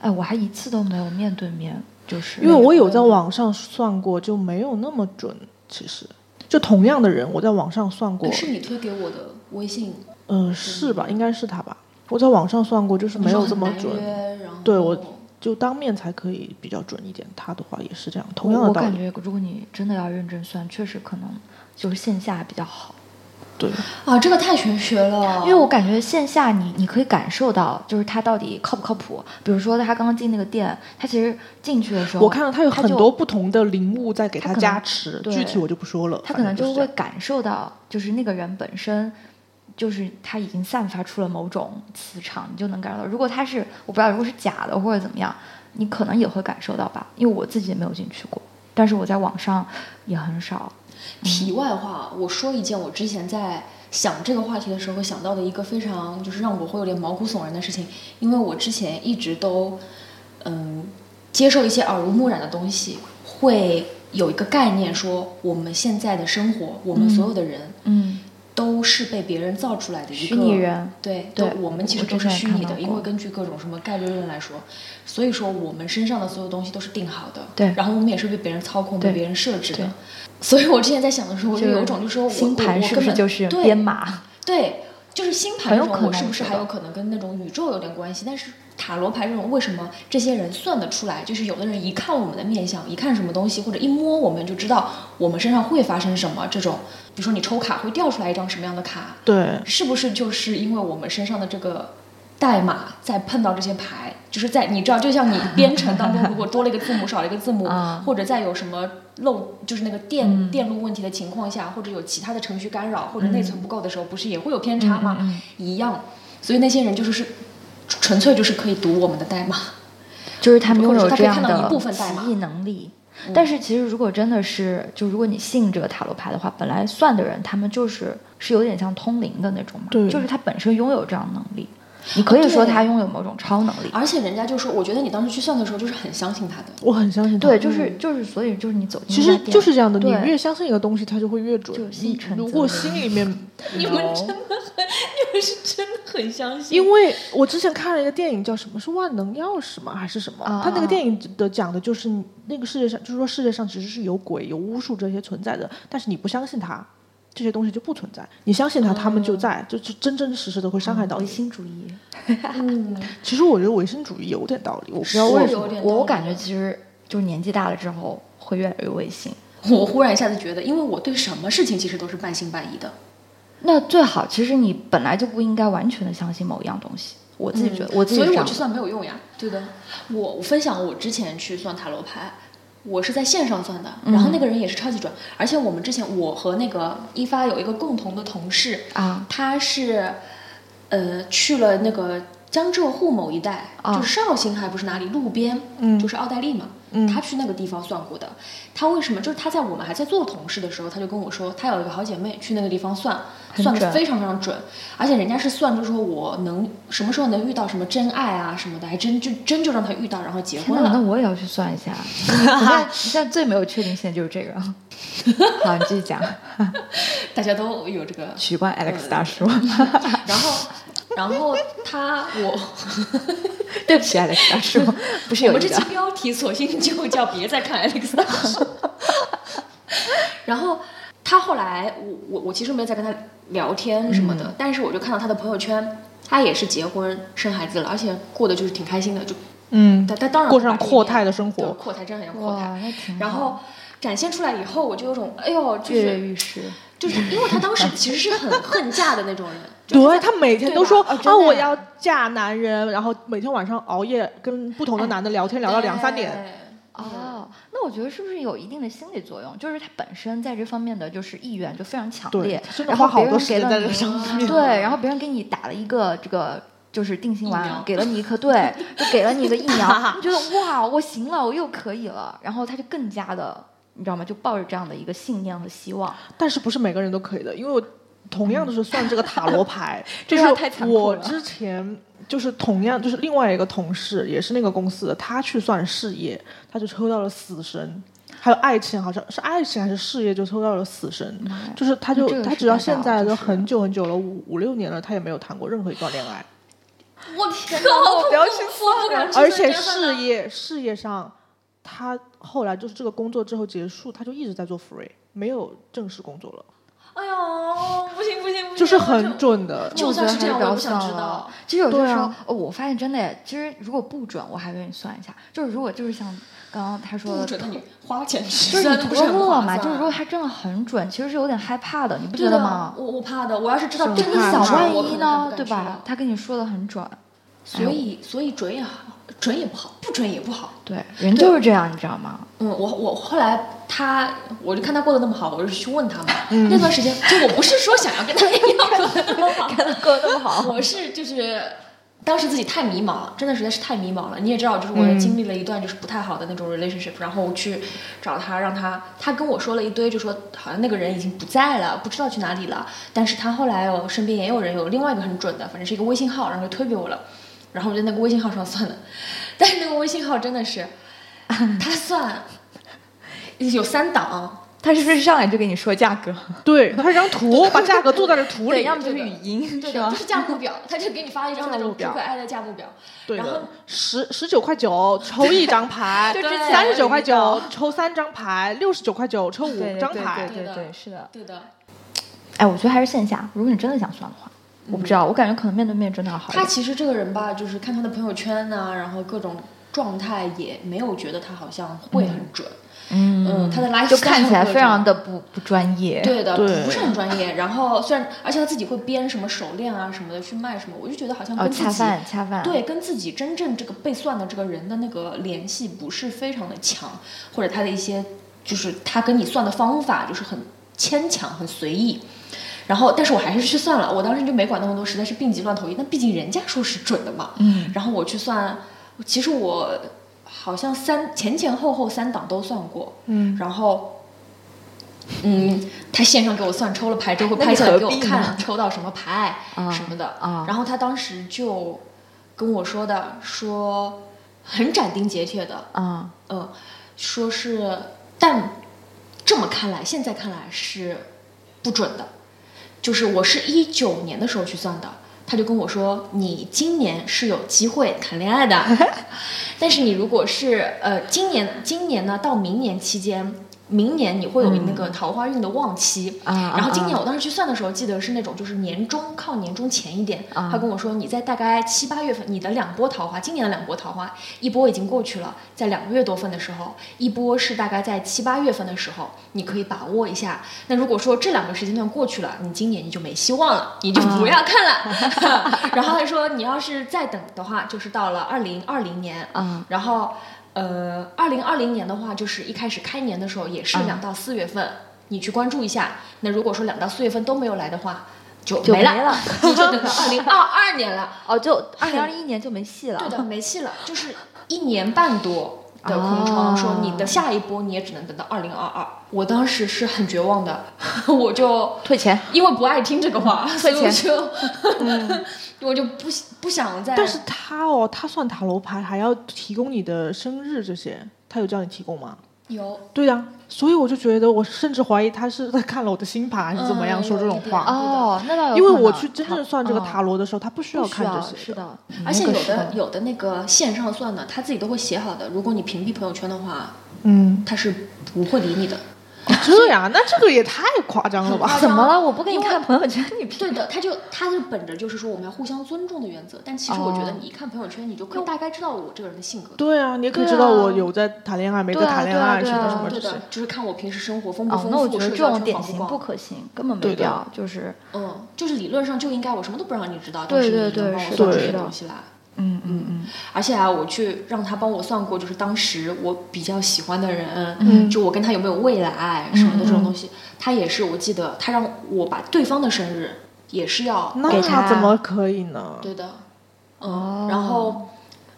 [SPEAKER 5] 哎，我还一次都没有面对面，就是
[SPEAKER 1] 因为我有在网上算过，就没有那么准。其实就同样的人，我在网上算过，
[SPEAKER 4] 是你推给我的微信，
[SPEAKER 1] 嗯、是吧？应该是他吧？我在网上算过，就是没有这么
[SPEAKER 4] 很难
[SPEAKER 1] 准，
[SPEAKER 4] 约然后
[SPEAKER 1] 对我就当面才可以比较准一点。他的话也是这样，同样
[SPEAKER 5] 我
[SPEAKER 1] 的
[SPEAKER 5] 我
[SPEAKER 1] 道
[SPEAKER 5] 感
[SPEAKER 1] 理，
[SPEAKER 5] 觉，如果你真的要认真算，确实可能就是线下比较好，
[SPEAKER 1] 对，
[SPEAKER 4] 啊，这个太玄学了，
[SPEAKER 5] 因为我感觉线下你你可以感受到，就是他到底靠不靠谱。比如说他刚刚进那个店，他其实进去的时候，
[SPEAKER 1] 我看到他有
[SPEAKER 5] 他
[SPEAKER 1] 很
[SPEAKER 5] 就
[SPEAKER 1] 多不同的灵物在给
[SPEAKER 5] 他
[SPEAKER 1] 他
[SPEAKER 5] 可能
[SPEAKER 1] 加持，
[SPEAKER 5] 对
[SPEAKER 1] 具体我就不说了。
[SPEAKER 5] 他
[SPEAKER 1] 反
[SPEAKER 5] 可能
[SPEAKER 1] 正
[SPEAKER 5] 就是
[SPEAKER 1] 这
[SPEAKER 5] 会
[SPEAKER 1] 样
[SPEAKER 5] 感受到，就是那个人本身，就是他已经散发出了某种磁场，你就能感受到。如果他是我不知道，如果是假的或者怎么样，你可能也会感受到吧。因为我自己也没有进去过，但是我在网上也很少。
[SPEAKER 4] 题外话，我说一件我之前在想这个话题的时候想到的一个非常就是让我会有点毛骨悚然的事情，因为我之前一直都嗯接受一些耳濡目染的东西，会有一个概念说我们现在的生活，我们所有的人。
[SPEAKER 5] 嗯，
[SPEAKER 4] 都是被别人造出来的一个
[SPEAKER 5] 虚拟人，
[SPEAKER 4] 对
[SPEAKER 5] 对
[SPEAKER 4] 都我们其实
[SPEAKER 5] 我
[SPEAKER 4] 都
[SPEAKER 5] 之
[SPEAKER 4] 是
[SPEAKER 5] 前
[SPEAKER 4] 虚
[SPEAKER 5] 也看
[SPEAKER 4] 拟的，
[SPEAKER 5] 到
[SPEAKER 4] 因
[SPEAKER 5] 过
[SPEAKER 4] 为根据各种什么概率论来说，所以说我们身上的所有东西都是定好的，
[SPEAKER 5] 对
[SPEAKER 4] 然后我们也是被别人操控、被
[SPEAKER 5] 对
[SPEAKER 4] 别人设置的
[SPEAKER 5] 对，
[SPEAKER 4] 所以我之前在想的时候，我就
[SPEAKER 5] 这个
[SPEAKER 4] 有一种就是说我
[SPEAKER 5] 星
[SPEAKER 4] 我
[SPEAKER 5] 盘
[SPEAKER 4] 我
[SPEAKER 5] 是不
[SPEAKER 4] 根
[SPEAKER 5] 是
[SPEAKER 4] 本
[SPEAKER 5] 就是
[SPEAKER 4] 对
[SPEAKER 5] 编码？
[SPEAKER 4] 对，就是星盘
[SPEAKER 5] 很
[SPEAKER 4] 这
[SPEAKER 5] 有
[SPEAKER 4] 种，
[SPEAKER 5] 可
[SPEAKER 4] 我是
[SPEAKER 5] 能
[SPEAKER 4] 不是
[SPEAKER 5] 是
[SPEAKER 4] 还
[SPEAKER 5] 的
[SPEAKER 4] 有可能跟那种宇宙有点关系？但是塔罗牌这种，为什么这些人算得出来？就是有的人一看我们的面相，一看什么东西，或者一摸我们就知道我们身上会发生什么。这种，比如说你抽卡会掉出来一张什么样的卡，
[SPEAKER 1] 对，
[SPEAKER 4] 是不是就是因为我们身上的这个代码在碰到这些牌，就是在你知道，就像你编程当中如果多了一个字母少了一个字母，
[SPEAKER 5] 啊
[SPEAKER 4] 或者在有什么漏，就是那个电、电路问题的情况下，或者有其他的程序干扰或者内存不够的时候，不是也会有偏差吗？一样，所以那些人就是是纯粹就是可以读我们的代码，
[SPEAKER 5] 就是他们
[SPEAKER 4] 或
[SPEAKER 5] 拥
[SPEAKER 4] 者说
[SPEAKER 5] 有
[SPEAKER 4] 他可
[SPEAKER 5] 这
[SPEAKER 4] 以
[SPEAKER 5] 样
[SPEAKER 4] 看到一
[SPEAKER 5] 的
[SPEAKER 4] 部分代码嗯
[SPEAKER 5] 奇异能力。但是其实如果真的是，就如果你信这个塔罗牌的话，本来算的人他们就是是有点像通灵的那种嘛，
[SPEAKER 1] 对
[SPEAKER 5] 就是他本身拥有这样的能力，你可以说
[SPEAKER 4] 对
[SPEAKER 5] 他拥有某种超能
[SPEAKER 1] 啊
[SPEAKER 5] 力。
[SPEAKER 4] 而且人家就说，我觉得你当时去算的时候就是很相信他的，
[SPEAKER 1] 我很相信他。
[SPEAKER 5] 对，就是就是，所以就是你走进
[SPEAKER 1] 其
[SPEAKER 5] 那家
[SPEAKER 1] 实
[SPEAKER 5] 店
[SPEAKER 1] 就是这样的，你
[SPEAKER 5] 对
[SPEAKER 1] 越相信一个东西，它就会越准
[SPEAKER 5] 就。心
[SPEAKER 1] 你
[SPEAKER 5] 诚
[SPEAKER 1] 如
[SPEAKER 5] 则
[SPEAKER 1] 果
[SPEAKER 5] 灵
[SPEAKER 1] 心里 面
[SPEAKER 4] 你们真的很， 你们是真的很相信，
[SPEAKER 1] 因为我之前看了一个电影，叫什么是万能钥匙吗？还是什么？
[SPEAKER 5] 啊
[SPEAKER 1] 他那个
[SPEAKER 5] 啊
[SPEAKER 1] 电影的讲的就是那个世界上，就是说世界上其实是有鬼、有巫术这些存在的，但是你不相信它，这些东西就不存在。你相信它，它们就在，就是真真实实的会伤害到
[SPEAKER 5] 唯
[SPEAKER 1] 你。
[SPEAKER 5] 心主义。
[SPEAKER 4] 嗯，
[SPEAKER 1] 其实我觉得唯心主义有点道理，我不知道
[SPEAKER 4] 是
[SPEAKER 1] 为
[SPEAKER 4] 有
[SPEAKER 1] 什么。
[SPEAKER 4] 点道
[SPEAKER 5] 我
[SPEAKER 4] 理
[SPEAKER 5] 感觉其实就是年纪大了之后会越来越唯心。
[SPEAKER 4] 我忽然一下子觉得，因为我对什么事情其实都是半信半疑的。
[SPEAKER 5] 那最好，其实你本来就不应该完全的相信某一样东西。我自己觉得，我自
[SPEAKER 4] 嗯
[SPEAKER 5] 己
[SPEAKER 4] 所
[SPEAKER 5] 是
[SPEAKER 4] 以
[SPEAKER 5] 这
[SPEAKER 4] 我
[SPEAKER 5] 样
[SPEAKER 4] 去
[SPEAKER 5] 的
[SPEAKER 4] 算没有用呀。对的，我我分享我之前去算塔罗牌，我是在线上算的，然
[SPEAKER 5] 嗯
[SPEAKER 4] 后那个人也是超级准，而且我们之前我和那个一发有一个共同的同事，
[SPEAKER 5] 啊，
[SPEAKER 4] 他是呃去了那个江浙沪某一带，
[SPEAKER 5] 啊
[SPEAKER 4] 就绍兴还不是哪里路边，
[SPEAKER 1] 嗯
[SPEAKER 4] 就是奥黛丽嘛。
[SPEAKER 1] 嗯
[SPEAKER 4] 他去那个地方算过的，他为什么就是他在我们还在做同事的时候，他就跟我说，他有一个好姐妹去那个地方算，
[SPEAKER 5] 很
[SPEAKER 4] 算的
[SPEAKER 5] 准
[SPEAKER 4] 非常非常准，而且人家是算就是说我能什么时候能遇到什么真爱啊什么的，还真就真就让他遇到，然后结
[SPEAKER 5] 天
[SPEAKER 4] 婚
[SPEAKER 5] 呐，那
[SPEAKER 4] 了。
[SPEAKER 5] 我也要去算一 下。我现在现在最没有确定性的就是这 个。好，你继续 讲。
[SPEAKER 4] 大家都有这个
[SPEAKER 5] 取关 Alex 大 叔，
[SPEAKER 4] 然后， 然后他我
[SPEAKER 5] 对不起 Alex 大 叔，不
[SPEAKER 4] 我
[SPEAKER 5] 是有
[SPEAKER 4] 们这
[SPEAKER 5] 一
[SPEAKER 4] 期
[SPEAKER 5] 个
[SPEAKER 4] 标题索性就叫“别再看 Alex 大叔”。然后他后来，我我我其实没有再跟他聊天什么的，
[SPEAKER 1] 嗯
[SPEAKER 4] 但是我就看到他的朋友圈，他也是结婚生孩子了，而且过得就是挺开心的，就
[SPEAKER 1] 嗯
[SPEAKER 4] 他他当然
[SPEAKER 1] 过
[SPEAKER 4] 不
[SPEAKER 1] 上
[SPEAKER 4] 把这一
[SPEAKER 1] 阔
[SPEAKER 4] 面
[SPEAKER 1] 太的生活
[SPEAKER 4] 对阔太真的很像阔
[SPEAKER 5] 哇，
[SPEAKER 4] 太。
[SPEAKER 5] 那挺好
[SPEAKER 4] 然后展现出来以后，我就有种哎呦，就
[SPEAKER 5] 跃跃
[SPEAKER 4] 是
[SPEAKER 5] 欲试。
[SPEAKER 4] 就是因为他当时其实是 很恨嫁的那种人，就是
[SPEAKER 1] 对他每天
[SPEAKER 4] 对
[SPEAKER 1] 都
[SPEAKER 4] 吧
[SPEAKER 1] 说
[SPEAKER 4] 哦真
[SPEAKER 1] 啊，
[SPEAKER 4] 的
[SPEAKER 1] 我
[SPEAKER 4] 呀
[SPEAKER 1] 要嫁男人，然后每天晚上熬夜跟不
[SPEAKER 4] 哎
[SPEAKER 1] 同的男的聊天，聊到两三点。。
[SPEAKER 4] 嗯
[SPEAKER 5] 哦，那我觉得是不是有一定的心理作用？就是他本身在这方面的就是意愿就非常强
[SPEAKER 1] 对
[SPEAKER 5] 烈
[SPEAKER 1] 他真，的
[SPEAKER 5] 然
[SPEAKER 1] 花
[SPEAKER 5] 后
[SPEAKER 1] 好
[SPEAKER 5] 别
[SPEAKER 1] 多
[SPEAKER 5] 人
[SPEAKER 1] 时
[SPEAKER 5] 给
[SPEAKER 1] 间
[SPEAKER 5] 了
[SPEAKER 1] 在这
[SPEAKER 5] 你
[SPEAKER 1] 上
[SPEAKER 4] 面
[SPEAKER 5] 对，然后别人给你打了一个这个。就是定心
[SPEAKER 4] 疫苗
[SPEAKER 5] 丸，给了你一颗对，就给了你一个 疫苗，你觉得哇，我行了，我又可以了，然后他就更加的，你知道吗？就抱着这样的一个信念和希望，
[SPEAKER 1] 但是不是每个人都可以的，因为我同样都是算这个塔罗 牌，
[SPEAKER 5] 这
[SPEAKER 1] 就
[SPEAKER 5] 段
[SPEAKER 1] 是
[SPEAKER 5] 太残酷
[SPEAKER 1] 我
[SPEAKER 5] 了
[SPEAKER 1] 之前就是同样就是另外一个同事，也是那个公司的，他去算事业，他就抽到了死神。还有爱情，好像是爱情还是事业，就抽到了死神
[SPEAKER 5] 妈呀，
[SPEAKER 1] 就是他就
[SPEAKER 5] 嗯那这个
[SPEAKER 1] 他
[SPEAKER 5] 是
[SPEAKER 1] 直到
[SPEAKER 5] 大
[SPEAKER 1] 现
[SPEAKER 5] 佬
[SPEAKER 1] 在都
[SPEAKER 5] 就是
[SPEAKER 1] 很久很久了，五五六年了，他也没有谈过任何一段恋爱。
[SPEAKER 4] 我天哪， 我不要去算
[SPEAKER 1] 而且事业事业上，他后来就是这个工作之后结束，他就一直在做 free，没有正式工作了，
[SPEAKER 2] 哎呦，不 行不行不行，
[SPEAKER 1] 就是
[SPEAKER 2] 我
[SPEAKER 1] 很准的。
[SPEAKER 5] 我
[SPEAKER 4] 就
[SPEAKER 5] 觉
[SPEAKER 4] 算
[SPEAKER 5] 得
[SPEAKER 4] 是这
[SPEAKER 5] 还是
[SPEAKER 4] 样，我也
[SPEAKER 5] 不要
[SPEAKER 4] 不
[SPEAKER 5] 算
[SPEAKER 4] 想知
[SPEAKER 5] 了
[SPEAKER 4] 道。。
[SPEAKER 5] 其实有的
[SPEAKER 1] 对
[SPEAKER 5] 时候，
[SPEAKER 1] 啊
[SPEAKER 5] 哦我发现真的，其实如果不准，我还愿意算一下。就是如果就是像刚刚他说
[SPEAKER 4] 不
[SPEAKER 5] 的，
[SPEAKER 4] 准那你花钱
[SPEAKER 5] 就
[SPEAKER 4] 吃
[SPEAKER 5] 是
[SPEAKER 4] 酸
[SPEAKER 5] 你
[SPEAKER 4] 的
[SPEAKER 5] 图
[SPEAKER 4] 不
[SPEAKER 5] 个
[SPEAKER 4] 是很
[SPEAKER 5] 乐
[SPEAKER 4] 划
[SPEAKER 5] 嘛。
[SPEAKER 4] 算？
[SPEAKER 5] 就是如果他真的很准，其实是有点害怕的，你不
[SPEAKER 4] 对
[SPEAKER 5] 觉得
[SPEAKER 4] 的
[SPEAKER 5] 吗？
[SPEAKER 4] 我我怕的，我要是知道
[SPEAKER 1] 是
[SPEAKER 5] 真
[SPEAKER 4] 真
[SPEAKER 5] 的
[SPEAKER 4] 的
[SPEAKER 5] 小
[SPEAKER 1] 怕的
[SPEAKER 5] 万
[SPEAKER 4] 我
[SPEAKER 5] 一
[SPEAKER 4] 可能
[SPEAKER 5] 呢
[SPEAKER 4] 就，不
[SPEAKER 5] 对
[SPEAKER 4] 敢吃
[SPEAKER 5] 吧
[SPEAKER 4] 了？
[SPEAKER 5] 他跟你说的很准，
[SPEAKER 4] 所
[SPEAKER 1] 哎
[SPEAKER 4] 以所以准也好，准也不好，不准也不好。
[SPEAKER 5] 对人就是这样，你知道吗？
[SPEAKER 4] 嗯，我我后来他，我就看他过得那么好，我就去问他嘛。
[SPEAKER 1] 嗯
[SPEAKER 4] 那段时间，就我不是说想要跟他一样过得那么好，
[SPEAKER 5] 看他过得那么 好，
[SPEAKER 4] 我是就是当时自己太迷茫了，真的实在是太迷茫了。你也知道，就是
[SPEAKER 1] 嗯
[SPEAKER 4] 我也经历了一段就是不太好的那种 relationship，、然后去找他，让他他跟我说了一堆，就说好像那个人已经不在了，不知道去哪里了。但是他后来我身边也有人有另外一个很准的，反正是一个微信号，然后就推给我了，然后我就在那个微信号上算了，但是那个微信号真的是他算有三档。
[SPEAKER 5] 他是不是上来就给你说价格？
[SPEAKER 1] 对，他一张图，把价格做在了图
[SPEAKER 5] 对，
[SPEAKER 1] 里
[SPEAKER 5] 要，么就是
[SPEAKER 4] 对
[SPEAKER 5] 语
[SPEAKER 4] 的
[SPEAKER 5] 音，
[SPEAKER 4] 对
[SPEAKER 5] 是
[SPEAKER 4] 的，
[SPEAKER 5] 吗
[SPEAKER 4] 就？是价目表，他就给你发了一张那种
[SPEAKER 1] 啊
[SPEAKER 4] 可
[SPEAKER 1] 价目表
[SPEAKER 4] 可爱的价目表，
[SPEAKER 1] 对
[SPEAKER 4] 然后
[SPEAKER 1] 的，十十九块九抽一张牌，
[SPEAKER 5] 就之前
[SPEAKER 1] 三十九块
[SPEAKER 5] 有
[SPEAKER 1] 九
[SPEAKER 5] 遇到
[SPEAKER 1] 抽三张牌，六十九块九抽
[SPEAKER 5] 对
[SPEAKER 1] 五
[SPEAKER 5] 对
[SPEAKER 1] 张
[SPEAKER 5] 对
[SPEAKER 1] 牌。
[SPEAKER 5] 对对
[SPEAKER 4] 对
[SPEAKER 5] 对，
[SPEAKER 4] 的
[SPEAKER 5] 是的。
[SPEAKER 4] 对的，
[SPEAKER 5] 哎，我觉得还是线下，如果你真的想算的话，我不
[SPEAKER 4] 嗯
[SPEAKER 5] 知道，我感觉可能面对面真的要好一
[SPEAKER 4] 他
[SPEAKER 5] 点。
[SPEAKER 4] 其实这个人吧，就是看他的朋友圈呐、然后各种状态，也没有觉得他好像会很准。
[SPEAKER 5] 嗯
[SPEAKER 4] 嗯他的 lifestyle
[SPEAKER 5] 就看起来非常
[SPEAKER 4] 各
[SPEAKER 5] 的不不专业。
[SPEAKER 4] 对的，
[SPEAKER 1] 对
[SPEAKER 4] 不是很专业。然后虽然，而且他自己会编什么手链啊什么的去卖什么，我就觉得好像
[SPEAKER 5] 哦，
[SPEAKER 4] 跟自
[SPEAKER 5] 恰
[SPEAKER 4] 己、
[SPEAKER 5] 饭恰饭。
[SPEAKER 4] 对跟自己真正这个被算的这个人的那个联系不是非常的强，或者他的一些就是他跟你算的方法就是很牵强、很随意。然后，但是我还是去算了，我当时就没管那么多，实在是病急乱投医。那毕竟人家说是准的嘛，
[SPEAKER 5] 嗯，
[SPEAKER 4] 然后我去算，其实我好像三前前后后三档都算过，
[SPEAKER 1] 嗯，
[SPEAKER 4] 然后，嗯，他线上给我算抽了牌之后，
[SPEAKER 5] 那你
[SPEAKER 4] 拍下来
[SPEAKER 5] 何
[SPEAKER 4] 给我
[SPEAKER 5] 必呢
[SPEAKER 4] 看抽到什么牌、
[SPEAKER 5] 啊
[SPEAKER 4] 什么的
[SPEAKER 5] 啊
[SPEAKER 4] 然后他当时就跟我说的，说很斩钉截铁的，
[SPEAKER 5] 啊，
[SPEAKER 4] 嗯，说是，但这么看来，现在看来是不准的。就是我是一九年的时候去算的，他就跟我说，你今年是有机会谈恋爱的，但是你如果是呃今年今年呢到明年期间，明年你会有那个桃花运的旺期。
[SPEAKER 5] 啊啊
[SPEAKER 4] 然后今年我当时去算的时候，记得是那种就是年中靠年中前一点，
[SPEAKER 5] 啊
[SPEAKER 4] 他跟我说你在大概七八月份，你的两波桃花，今年的两波桃花，一波已经过去了，在两个月多份的时候，一波是大概在七八月份的时候，你可以把握一下。那如果说这两个时间段过去了，你今年你就没希望了，你就不要看了。 然后他说，你要是再等的话，就是到了二零二零年
[SPEAKER 5] 啊
[SPEAKER 4] 然后，呃，二零二零年的话，就是一开始开年的时候，也是
[SPEAKER 5] 嗯
[SPEAKER 4] 两到四月份，你去关注一下。那如果说两到四月份都没有来的话，就
[SPEAKER 5] 就
[SPEAKER 4] 没了，
[SPEAKER 5] 没了
[SPEAKER 4] 你就等到二零二二年 了。
[SPEAKER 5] 哦，就二零二一年就没戏了。
[SPEAKER 4] 对的，没戏了，就是一年半多的空
[SPEAKER 5] 哦
[SPEAKER 4] 窗，说你的下一波你也只能等到二零二二。我当时是很绝望的， 我就
[SPEAKER 5] 退钱。
[SPEAKER 4] 因为不爱听这个话，所以我
[SPEAKER 5] 退
[SPEAKER 4] 就
[SPEAKER 5] 嗯
[SPEAKER 4] 我就不不想再。
[SPEAKER 1] 但是他哦，他算塔罗牌还要提供你的生日这些，他有叫你提供吗？
[SPEAKER 4] 有
[SPEAKER 1] 对呀、所以我就觉得，我甚至怀疑他是在看了我的星盘还是怎么样
[SPEAKER 4] 嗯
[SPEAKER 1] 说这种
[SPEAKER 4] 有一点
[SPEAKER 1] 话。
[SPEAKER 5] 哦，那倒有可能。
[SPEAKER 1] 因为我去真正算这个
[SPEAKER 5] 他
[SPEAKER 1] 塔罗的时候，他不需
[SPEAKER 5] 哦不
[SPEAKER 1] 要
[SPEAKER 5] 需
[SPEAKER 1] 看这
[SPEAKER 5] 要，
[SPEAKER 1] 些。
[SPEAKER 5] 是的，嗯
[SPEAKER 4] 而且
[SPEAKER 5] 那
[SPEAKER 4] 有
[SPEAKER 5] 个是
[SPEAKER 4] 的有的那个线上算的，他自己都会写好的。如果你屏蔽朋友圈的话，
[SPEAKER 1] 嗯，
[SPEAKER 4] 他是不会理你的。
[SPEAKER 1] 这样，那这个也太夸张了吧？
[SPEAKER 5] 哎怎么了？我不给你看朋友圈， 你
[SPEAKER 4] 对的，他就他就本着就是说我们要互相尊重的原则。但其实我觉得
[SPEAKER 5] 哦
[SPEAKER 4] 你一看朋友圈，你就可以大概知道我这个人的性格。
[SPEAKER 1] 对啊，你也可以
[SPEAKER 5] 对
[SPEAKER 1] 知道
[SPEAKER 5] 啊
[SPEAKER 1] 我有在谈恋爱，没在
[SPEAKER 5] 对啊
[SPEAKER 1] 谈恋爱，
[SPEAKER 5] 对
[SPEAKER 1] 什
[SPEAKER 5] 啊
[SPEAKER 1] 么
[SPEAKER 5] 对啊
[SPEAKER 1] 什么
[SPEAKER 4] 对
[SPEAKER 1] 这些
[SPEAKER 4] 的。，就是看我平时生活丰不
[SPEAKER 5] 哦，
[SPEAKER 4] 丰
[SPEAKER 5] 那
[SPEAKER 4] 富，
[SPEAKER 5] 我觉得
[SPEAKER 4] 社
[SPEAKER 5] 这
[SPEAKER 4] 交
[SPEAKER 5] 种
[SPEAKER 4] 圈
[SPEAKER 5] 典
[SPEAKER 4] 广
[SPEAKER 5] 型
[SPEAKER 4] 广
[SPEAKER 5] 不可行，根本没
[SPEAKER 1] 对
[SPEAKER 5] 必
[SPEAKER 1] 的
[SPEAKER 5] 要。就是，
[SPEAKER 4] 嗯，就是理论上就应该我什么都不让你知道，但是
[SPEAKER 5] 对对
[SPEAKER 4] 你
[SPEAKER 5] 对
[SPEAKER 4] 能帮
[SPEAKER 5] 是
[SPEAKER 4] 我算
[SPEAKER 1] 的
[SPEAKER 4] 出
[SPEAKER 1] 是
[SPEAKER 4] 这
[SPEAKER 5] 的
[SPEAKER 4] 个东西来。
[SPEAKER 5] 嗯嗯嗯，
[SPEAKER 4] 而且啊，我去让他帮我算过，就是当时我比较喜欢的人，
[SPEAKER 1] 嗯
[SPEAKER 4] 就我跟他有没有未来啊什么的这种东西，他也是，我记得他让我把对方的生日也是要
[SPEAKER 1] 那
[SPEAKER 5] 给他
[SPEAKER 1] 怎么可以呢？
[SPEAKER 4] 对的，嗯，
[SPEAKER 5] 哦
[SPEAKER 4] 然后，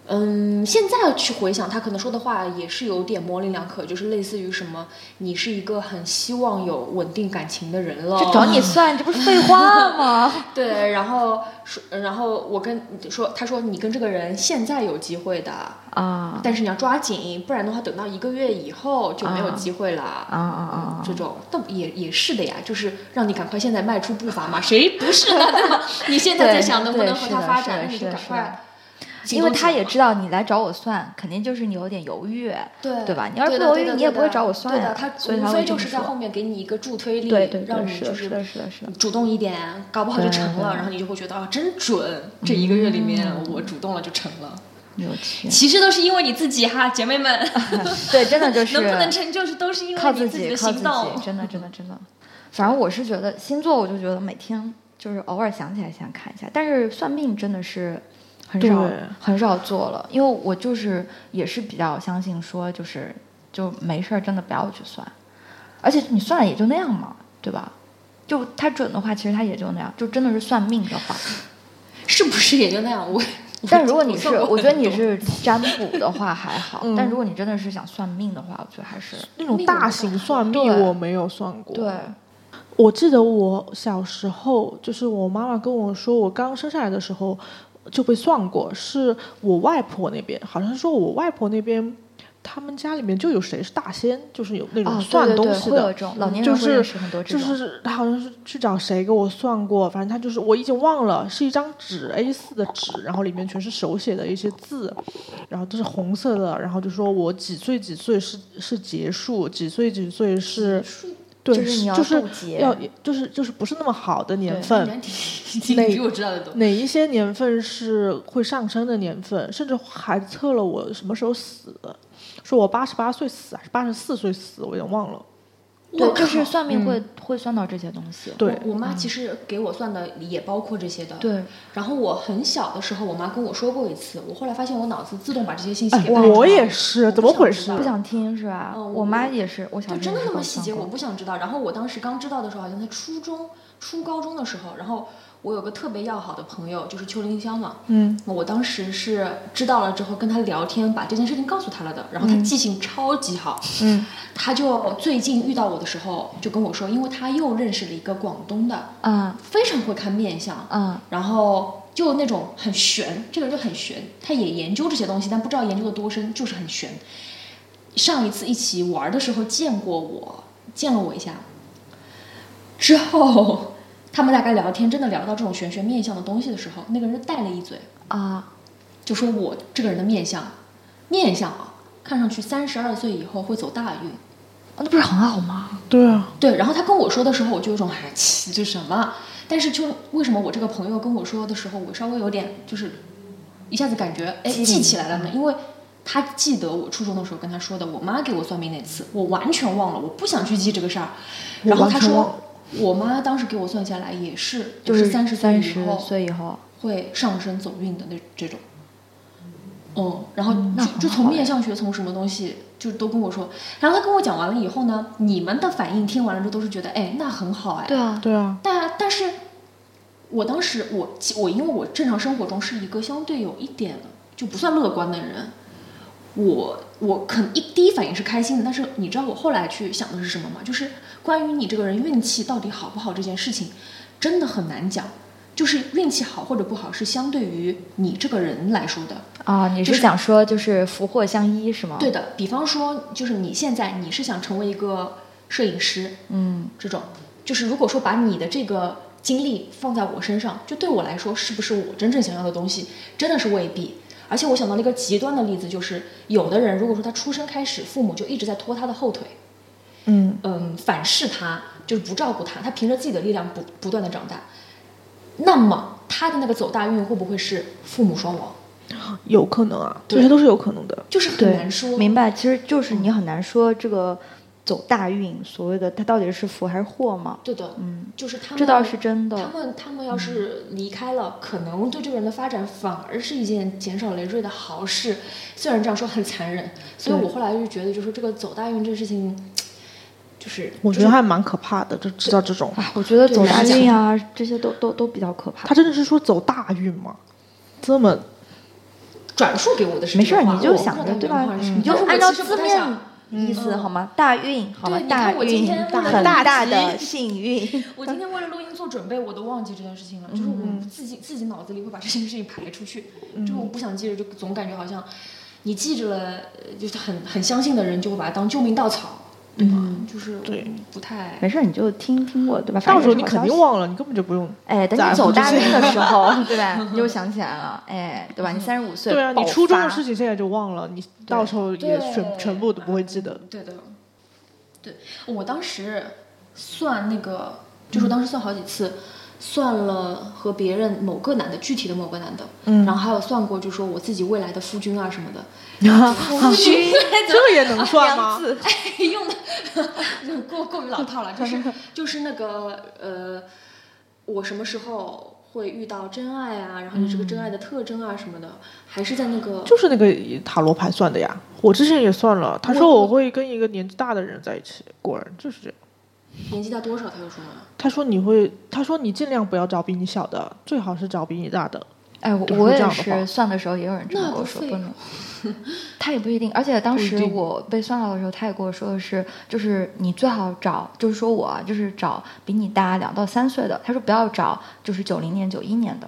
[SPEAKER 4] 嗯，现在去回想，他可能说的话也是有点模棱两可，就是类似于什么，你是一个很希望有稳定感情的人了，
[SPEAKER 5] 就找你算，这不是废 话吗？
[SPEAKER 4] 对，然后说，然后我跟说，他说你跟这个人现在有机会的，
[SPEAKER 5] 啊
[SPEAKER 4] 但是你要抓紧，不然的话，等到一个月以后就没有机会了。嗯
[SPEAKER 5] 啊啊啊！
[SPEAKER 4] 这种，但也也是的呀，就是让你赶快现在迈出步伐嘛，谁不是呢？对吧？你现在在
[SPEAKER 5] 对
[SPEAKER 4] 想能不
[SPEAKER 5] 对
[SPEAKER 4] 能和
[SPEAKER 5] 是
[SPEAKER 4] 他
[SPEAKER 5] 的
[SPEAKER 4] 发
[SPEAKER 5] 是
[SPEAKER 4] 展，
[SPEAKER 5] 的
[SPEAKER 4] 那你
[SPEAKER 5] 是
[SPEAKER 4] 就
[SPEAKER 5] 的
[SPEAKER 4] 赶
[SPEAKER 5] 是的
[SPEAKER 4] 快。
[SPEAKER 5] 因为他也知道你来找我算，肯定就是你有点犹豫，
[SPEAKER 4] 对
[SPEAKER 5] 对吧？你要
[SPEAKER 4] 对
[SPEAKER 5] 是不
[SPEAKER 4] 的
[SPEAKER 5] 犹
[SPEAKER 4] 对
[SPEAKER 5] 豫，
[SPEAKER 4] 的
[SPEAKER 5] 你
[SPEAKER 4] 对
[SPEAKER 5] 也不会
[SPEAKER 4] 的
[SPEAKER 5] 找我算
[SPEAKER 4] 对的，
[SPEAKER 5] 呀。
[SPEAKER 4] 他
[SPEAKER 5] 所以
[SPEAKER 4] 无
[SPEAKER 5] 他
[SPEAKER 4] 非
[SPEAKER 5] 会
[SPEAKER 4] 就
[SPEAKER 5] 这
[SPEAKER 4] 是
[SPEAKER 5] 么
[SPEAKER 4] 在
[SPEAKER 5] 说
[SPEAKER 4] 后面给你一个助推力，
[SPEAKER 5] 对对对，
[SPEAKER 4] 让你
[SPEAKER 5] 是
[SPEAKER 4] 就
[SPEAKER 5] 的是的是的是的。
[SPEAKER 4] 主动一点，搞不好就成了，然后你就会觉得啊，真准！这一个月里面，
[SPEAKER 5] 嗯
[SPEAKER 4] 我主动了就成了。
[SPEAKER 5] 有趣，
[SPEAKER 4] 其实都是因为你自己哈，姐妹们，
[SPEAKER 5] 对，真 的就是
[SPEAKER 4] 能不能成就是都是因
[SPEAKER 5] 靠
[SPEAKER 4] 为你
[SPEAKER 5] 自
[SPEAKER 4] 自己
[SPEAKER 5] 己，
[SPEAKER 4] 的
[SPEAKER 5] 靠自
[SPEAKER 4] 行
[SPEAKER 5] 己，
[SPEAKER 4] 动。
[SPEAKER 5] 真的，真的，真的。反正我是觉得星座，我就觉得每天就是偶尔想起来想看一下，但是算命真的是很少
[SPEAKER 1] 对
[SPEAKER 5] 很少做了，因为我就是也是比较相信说就是就没事儿真的不要去算，而且你算了也就那样嘛，对吧？就他准的话，其实他也就那样，就真的是算命 的话。
[SPEAKER 4] 是不是也就那样？我，
[SPEAKER 5] 但如果你是，
[SPEAKER 4] 我
[SPEAKER 5] 我觉得你是占卜的话 还好，但
[SPEAKER 4] 嗯
[SPEAKER 5] 如果你真的是想算命的话，我觉得还是
[SPEAKER 1] 那种
[SPEAKER 4] 那
[SPEAKER 1] 大
[SPEAKER 4] 种
[SPEAKER 1] 型
[SPEAKER 4] 大
[SPEAKER 1] 算命
[SPEAKER 5] 对
[SPEAKER 1] 我没有算过。
[SPEAKER 5] 对，
[SPEAKER 1] 我记得我小时候，就是我妈妈跟我说，我刚生下来的时候就被算过，是我外婆那边，好像是说我外婆那边，他们家里面就有谁是大仙，就是有那种
[SPEAKER 5] 哦，
[SPEAKER 1] 算东西
[SPEAKER 5] 对对对会有
[SPEAKER 1] 的。嗯
[SPEAKER 5] 这种老年
[SPEAKER 1] 就
[SPEAKER 5] 人会
[SPEAKER 1] 是
[SPEAKER 5] 认识很多这
[SPEAKER 1] 就
[SPEAKER 5] 种，
[SPEAKER 1] 是他好像是去找谁给我算过，反正他就是我已经忘了，是一张纸 A 4的纸，然后里面全是手写的一些字，然后都是红色的，然后就说我几岁几岁是是结束，几岁几岁是，对，
[SPEAKER 5] 就是你要
[SPEAKER 1] 就是
[SPEAKER 5] 渡劫
[SPEAKER 1] 要就是就是不是那么好的年
[SPEAKER 5] 对
[SPEAKER 1] 份，
[SPEAKER 4] 已经比我知道的多。
[SPEAKER 1] 哪一些年份是会上升的年份，甚至还测了我什么时候死的，说我八十八岁死还是八十四岁死，我有点忘了。
[SPEAKER 5] 对，
[SPEAKER 4] 我
[SPEAKER 5] 就是
[SPEAKER 4] 靠
[SPEAKER 5] 算命会、会算到这些东西。
[SPEAKER 1] 嗯对，
[SPEAKER 4] 我妈其实给我算的也包括这些的。
[SPEAKER 5] 对，
[SPEAKER 4] 然后我很小的时候，我妈跟我说过一次，我后来发现我脑子自动把这些信息
[SPEAKER 1] 哎
[SPEAKER 4] 给，排除
[SPEAKER 1] 我
[SPEAKER 4] 了
[SPEAKER 1] 也是，
[SPEAKER 4] 我
[SPEAKER 1] 怎
[SPEAKER 4] 不
[SPEAKER 1] 么
[SPEAKER 4] 想
[SPEAKER 1] 回
[SPEAKER 4] 知
[SPEAKER 1] 事
[SPEAKER 4] 道？
[SPEAKER 5] 不想听是吧？
[SPEAKER 4] 嗯
[SPEAKER 5] 我妈也是，我小
[SPEAKER 4] 就
[SPEAKER 5] 时
[SPEAKER 4] 真
[SPEAKER 5] 候
[SPEAKER 4] 的
[SPEAKER 5] 也
[SPEAKER 4] 那
[SPEAKER 5] 是
[SPEAKER 4] 么
[SPEAKER 5] 搞
[SPEAKER 4] 细
[SPEAKER 5] 算
[SPEAKER 4] 节，我
[SPEAKER 5] 过
[SPEAKER 4] 不想知道。然后我当时刚知道的时候，好像在初中、初高中的时候，然后我有个特别要好的朋友，就是邱林香嘛。
[SPEAKER 1] 嗯，
[SPEAKER 4] 我当时是知道了之后跟他聊天，把这件事情告诉他了的。然后他记性超级好，
[SPEAKER 1] 嗯，
[SPEAKER 4] 他就最近遇到我的时候就跟我说，因为他又认识了一个广东的，
[SPEAKER 5] 啊
[SPEAKER 4] 非常会看面相，
[SPEAKER 5] 啊
[SPEAKER 4] 然后就那种很玄，这个人就很玄，他也研究这些东西，但不知道研究的多深，就是很玄。上一次一起玩的时候见过我，见了我一下，之后他们大概聊天，真的聊到这种玄学面相的东西的时候，那个人就带了一嘴，
[SPEAKER 5] 啊！
[SPEAKER 4] 就说我这个人的面相，面相啊，看上去三十二岁以后会走大运。
[SPEAKER 5] 那不是很好吗？
[SPEAKER 1] 对啊，
[SPEAKER 4] 对，然后他跟我说的时候，我就有一种哎，气这什么？但是就为什么我这个朋友跟我说的时候，我稍微有点就是一下子感觉哎记起来了
[SPEAKER 5] 嗯
[SPEAKER 4] 呢？因为他记得我初中的时候跟他说的，我妈给我算命那次，我完全忘了，我不想去记这个事儿。
[SPEAKER 1] 我
[SPEAKER 4] 然后
[SPEAKER 1] 完
[SPEAKER 4] 他
[SPEAKER 1] 全忘了
[SPEAKER 4] 说，我妈当时给我算下来也是，
[SPEAKER 5] 就是
[SPEAKER 4] 三十岁
[SPEAKER 5] 三
[SPEAKER 4] 以
[SPEAKER 5] 十
[SPEAKER 4] 后
[SPEAKER 5] 岁以后，
[SPEAKER 4] 会上升走运的那这种。哦，然后
[SPEAKER 5] 嗯那很
[SPEAKER 4] 就就从
[SPEAKER 5] 好
[SPEAKER 4] 面相学，从什么东西就都跟我说，然后他跟我讲完了以后呢，你们的反应听完了之后都是觉得，哎，那很好哎。
[SPEAKER 5] 对啊，
[SPEAKER 1] 对啊，
[SPEAKER 4] 但但是，我当时我我因为我正常生活中是一个相对有一点就不算乐观的人，我我肯一第一反应是开心的，但是你知道我后来去想的是什么吗？就是关于你这个人运气到底好不好这件事情，真的很难讲。就是运气好或者不好是相对于你这个人来说的，
[SPEAKER 5] 啊，你
[SPEAKER 4] 就是是
[SPEAKER 5] 想说就是福祸相依是吗？
[SPEAKER 4] 对，的。比方说，就是你现在你是想成为一个摄影师，
[SPEAKER 5] 嗯，
[SPEAKER 4] 这种，就是如果说把你的这个精力放在我身上，就对我来说，是不是我真正想要的东西，真的是未必。而且我想到了一个极端的例子，就是有的人如果说他出生开始，父母就一直在拖他的后腿，
[SPEAKER 1] 嗯，
[SPEAKER 4] 嗯，反噬他，就是不照顾他，他凭着自己的力量不不断的长大，那么他的那个走大运会不会是父母双亡？
[SPEAKER 1] 有可能啊，这
[SPEAKER 4] 对
[SPEAKER 1] 些都是有可能的。
[SPEAKER 4] 就是很
[SPEAKER 5] 对
[SPEAKER 4] 难说，，嗯
[SPEAKER 5] 明白。其实就是你很难说这个走大运，所谓的它到底是福还是祸嘛？
[SPEAKER 4] 对的，
[SPEAKER 5] 嗯，
[SPEAKER 4] 就是他们
[SPEAKER 5] 这倒是真
[SPEAKER 4] 他
[SPEAKER 5] 的。嗯
[SPEAKER 4] 们他们要是离开了，可能对这个人的发展反而是一件减少累赘的好事。虽然这样说很残忍，所以
[SPEAKER 5] 对
[SPEAKER 4] 我后来就觉得，就是这个走大运这事情，就是
[SPEAKER 1] 我觉得还蛮可怕的，就知道这种，
[SPEAKER 5] 啊，我觉得
[SPEAKER 4] 对
[SPEAKER 5] 走
[SPEAKER 4] 我
[SPEAKER 5] 大
[SPEAKER 4] 是
[SPEAKER 5] 运啊，这些都都都比较可怕
[SPEAKER 1] 他。真的是说走大运吗？这么
[SPEAKER 4] 转述给我的是
[SPEAKER 5] 没
[SPEAKER 4] 这
[SPEAKER 5] 事
[SPEAKER 4] 个
[SPEAKER 5] 儿，
[SPEAKER 4] 话
[SPEAKER 5] 你就想着
[SPEAKER 4] 我不
[SPEAKER 5] 对
[SPEAKER 4] 知道他
[SPEAKER 5] 吧嗯
[SPEAKER 4] 原话？是什么
[SPEAKER 5] 你就
[SPEAKER 4] 但是我
[SPEAKER 5] 按照
[SPEAKER 4] 其实
[SPEAKER 5] 字
[SPEAKER 4] 不太
[SPEAKER 5] 面
[SPEAKER 4] 想嗯
[SPEAKER 5] 意思好吗？大运好吗
[SPEAKER 4] 对？你看
[SPEAKER 5] 大
[SPEAKER 4] 我今
[SPEAKER 5] 运
[SPEAKER 4] 天为了
[SPEAKER 5] 很
[SPEAKER 1] 大
[SPEAKER 5] 大
[SPEAKER 1] 吉
[SPEAKER 5] 的 幸运。
[SPEAKER 4] 我今天为了录音做准备，我都忘记这件事情了。就是我
[SPEAKER 5] 嗯
[SPEAKER 4] 自己自己脑子里会把这件事情排出去，就是我不想记着，就总感觉好像你记着了，呃就是很很相信的人就会把它当救命稻草。对吧？
[SPEAKER 5] 嗯
[SPEAKER 4] 就是
[SPEAKER 1] 对
[SPEAKER 4] 我不太
[SPEAKER 5] 没事儿，你就听听过对吧？
[SPEAKER 1] 到时候你
[SPEAKER 5] 反正
[SPEAKER 1] 肯
[SPEAKER 5] 也是好消息
[SPEAKER 1] 定忘了，你根本就不用。
[SPEAKER 5] 哎，等
[SPEAKER 1] 在
[SPEAKER 5] 你
[SPEAKER 1] 乎
[SPEAKER 5] 走大
[SPEAKER 1] 这
[SPEAKER 5] 运的 时候，对吧？你又想起来了，哎，对吧？你三十五岁，
[SPEAKER 1] 对啊，你
[SPEAKER 5] 爆
[SPEAKER 1] 初中的
[SPEAKER 5] 发
[SPEAKER 1] 事情现在就忘了，你到时候也
[SPEAKER 4] 对
[SPEAKER 1] 全全部都不会记得。
[SPEAKER 4] 对的，对我当时算那个，就是我当时算好几次，算了和别人某个男的具体的某个男的，
[SPEAKER 1] 嗯
[SPEAKER 4] 然后还有算过，就说我自己未来的夫君啊什么的，
[SPEAKER 5] 啊
[SPEAKER 4] 夫君
[SPEAKER 1] 这个也能算吗
[SPEAKER 5] 两？次
[SPEAKER 4] 用的过过于老套了，就是就是那个呃，我什么时候会遇到真爱啊？然后你这个真爱的特征啊什么的，还是在那个
[SPEAKER 1] 就是那个塔罗牌算的呀，我之前也算了，他说我会跟一个年纪大的人在一起，果然就是这样。
[SPEAKER 4] 年纪大多少他又说了，
[SPEAKER 1] 他说你会，他说你尽量不要找比你小的，最好是找比你大的。
[SPEAKER 5] 哎，我
[SPEAKER 1] 就是
[SPEAKER 5] 我
[SPEAKER 1] 这
[SPEAKER 5] 也
[SPEAKER 1] 样的话
[SPEAKER 5] 是算的时候，也有人这么
[SPEAKER 4] 那
[SPEAKER 5] 跟我
[SPEAKER 4] 不
[SPEAKER 5] 说，
[SPEAKER 4] 废
[SPEAKER 5] 不
[SPEAKER 4] 话
[SPEAKER 5] 能。他也不一定，而且当
[SPEAKER 1] 不一
[SPEAKER 5] 时
[SPEAKER 1] 定
[SPEAKER 5] 我被算到的时候，他也跟我说的是，就是你最好找，就是说我啊就是找比你大两到三岁的。他说不要找就是九零年、九一年的。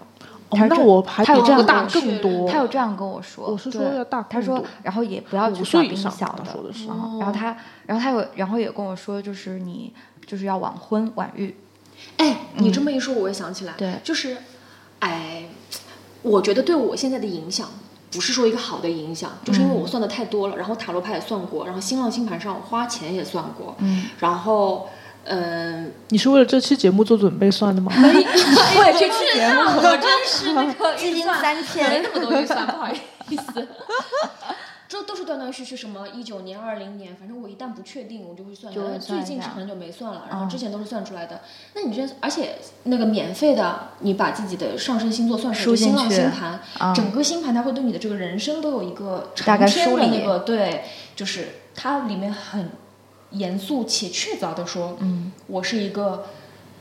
[SPEAKER 1] 哦
[SPEAKER 5] 他，是
[SPEAKER 1] 那
[SPEAKER 5] 这
[SPEAKER 1] 我还
[SPEAKER 5] 他
[SPEAKER 1] 比
[SPEAKER 5] 有这
[SPEAKER 1] 这个
[SPEAKER 5] 样
[SPEAKER 1] 大
[SPEAKER 4] 跟我
[SPEAKER 1] 更
[SPEAKER 4] 确认
[SPEAKER 1] 多。
[SPEAKER 5] 他有这样跟我说，
[SPEAKER 1] 我哦是说
[SPEAKER 5] 对
[SPEAKER 1] 要大
[SPEAKER 5] 他
[SPEAKER 1] 更
[SPEAKER 5] 说
[SPEAKER 1] 多，
[SPEAKER 5] 然后也不要去
[SPEAKER 1] 5
[SPEAKER 5] 找
[SPEAKER 1] 岁
[SPEAKER 5] 比
[SPEAKER 1] 以
[SPEAKER 5] 你
[SPEAKER 1] 上
[SPEAKER 5] 小
[SPEAKER 1] 他说的是哦啊
[SPEAKER 5] 嗯然后他，然后他有，然后也跟我说，就是你就是要晚婚晚育，
[SPEAKER 4] 哎，你这么一说，我也想起来，
[SPEAKER 5] 嗯对
[SPEAKER 4] 就是，哎，我觉得对我现在的影响。不是说一个好的影响，就是
[SPEAKER 5] 嗯
[SPEAKER 4] 因为我算的太多了，然后塔罗牌也算过，然后新浪星盘上我花钱也算过，
[SPEAKER 5] 嗯，
[SPEAKER 4] 然后，嗯、
[SPEAKER 1] 你是为了这期节目做准备算 的吗？
[SPEAKER 5] 我也去听节目，
[SPEAKER 2] 我真是那个
[SPEAKER 5] 基
[SPEAKER 2] 预
[SPEAKER 5] 金
[SPEAKER 2] 算
[SPEAKER 5] 三
[SPEAKER 4] 没
[SPEAKER 5] 千，
[SPEAKER 4] 那么多预算，不好意思。这都是断断续续，什么一九年、二零年，反正我一旦不确定，我就会算一下。
[SPEAKER 5] 就会
[SPEAKER 4] 哎
[SPEAKER 5] 算
[SPEAKER 4] 最
[SPEAKER 5] 一
[SPEAKER 4] 近是
[SPEAKER 5] 下嗯
[SPEAKER 4] 很久没算了，然后之前都是算出来的。那你这，而且那个免费的，你把自己的上升星座算出
[SPEAKER 5] 输
[SPEAKER 4] 来，就
[SPEAKER 5] 进
[SPEAKER 4] 新浪
[SPEAKER 5] 去
[SPEAKER 4] 星盘，
[SPEAKER 5] 啊
[SPEAKER 4] 整个星盘它会对你的这个人生都有一个长
[SPEAKER 5] 大概
[SPEAKER 4] 篇
[SPEAKER 5] 梳
[SPEAKER 4] 的
[SPEAKER 5] 理
[SPEAKER 4] 那个对，就是它里面很严肃且确凿的说，
[SPEAKER 5] 嗯，
[SPEAKER 4] 我是一个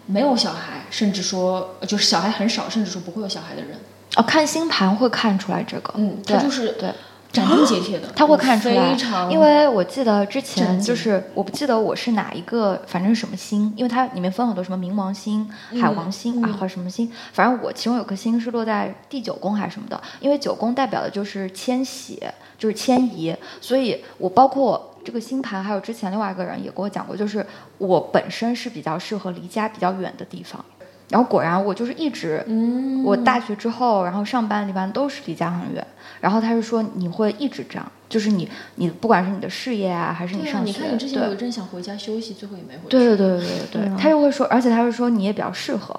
[SPEAKER 4] 没有小孩，甚至说呃就是小孩很少，甚至说不会有小孩的人。
[SPEAKER 5] 哦，看星盘会看出来这个，
[SPEAKER 4] 嗯，
[SPEAKER 5] 对
[SPEAKER 4] 他就是
[SPEAKER 5] 对。
[SPEAKER 4] 斩钉截铁的，
[SPEAKER 5] 他会看出来
[SPEAKER 4] 非常，
[SPEAKER 5] 因为我记得之前
[SPEAKER 4] 震惊
[SPEAKER 5] 就是我不记得我是哪一个，反正是什么星，因为它里面分很多什么冥王星、
[SPEAKER 4] 嗯
[SPEAKER 5] 海王星、啊，或者什么星，反正我其中有颗星是落在第九宫还是什么的，因为九宫代表的就是迁徙，就是迁移，所以我包括。这个星盘还有之前另外一个人也跟我讲过，就是我本身是比较适合离家比较远的地方，然后果然我就是一直，
[SPEAKER 4] 嗯
[SPEAKER 5] 我大学之后，然后上班一般都是离家很远。然后他是说你会一直这样，就是你你不管是你的事业啊，还是
[SPEAKER 4] 对啊，
[SPEAKER 5] 上
[SPEAKER 4] 你
[SPEAKER 5] 学，
[SPEAKER 4] 看你之前有嗯
[SPEAKER 5] 对
[SPEAKER 4] 一阵想回家休息，最后也没回去。
[SPEAKER 5] 对对对对对对，他就会说，而且他是说你也比较适合，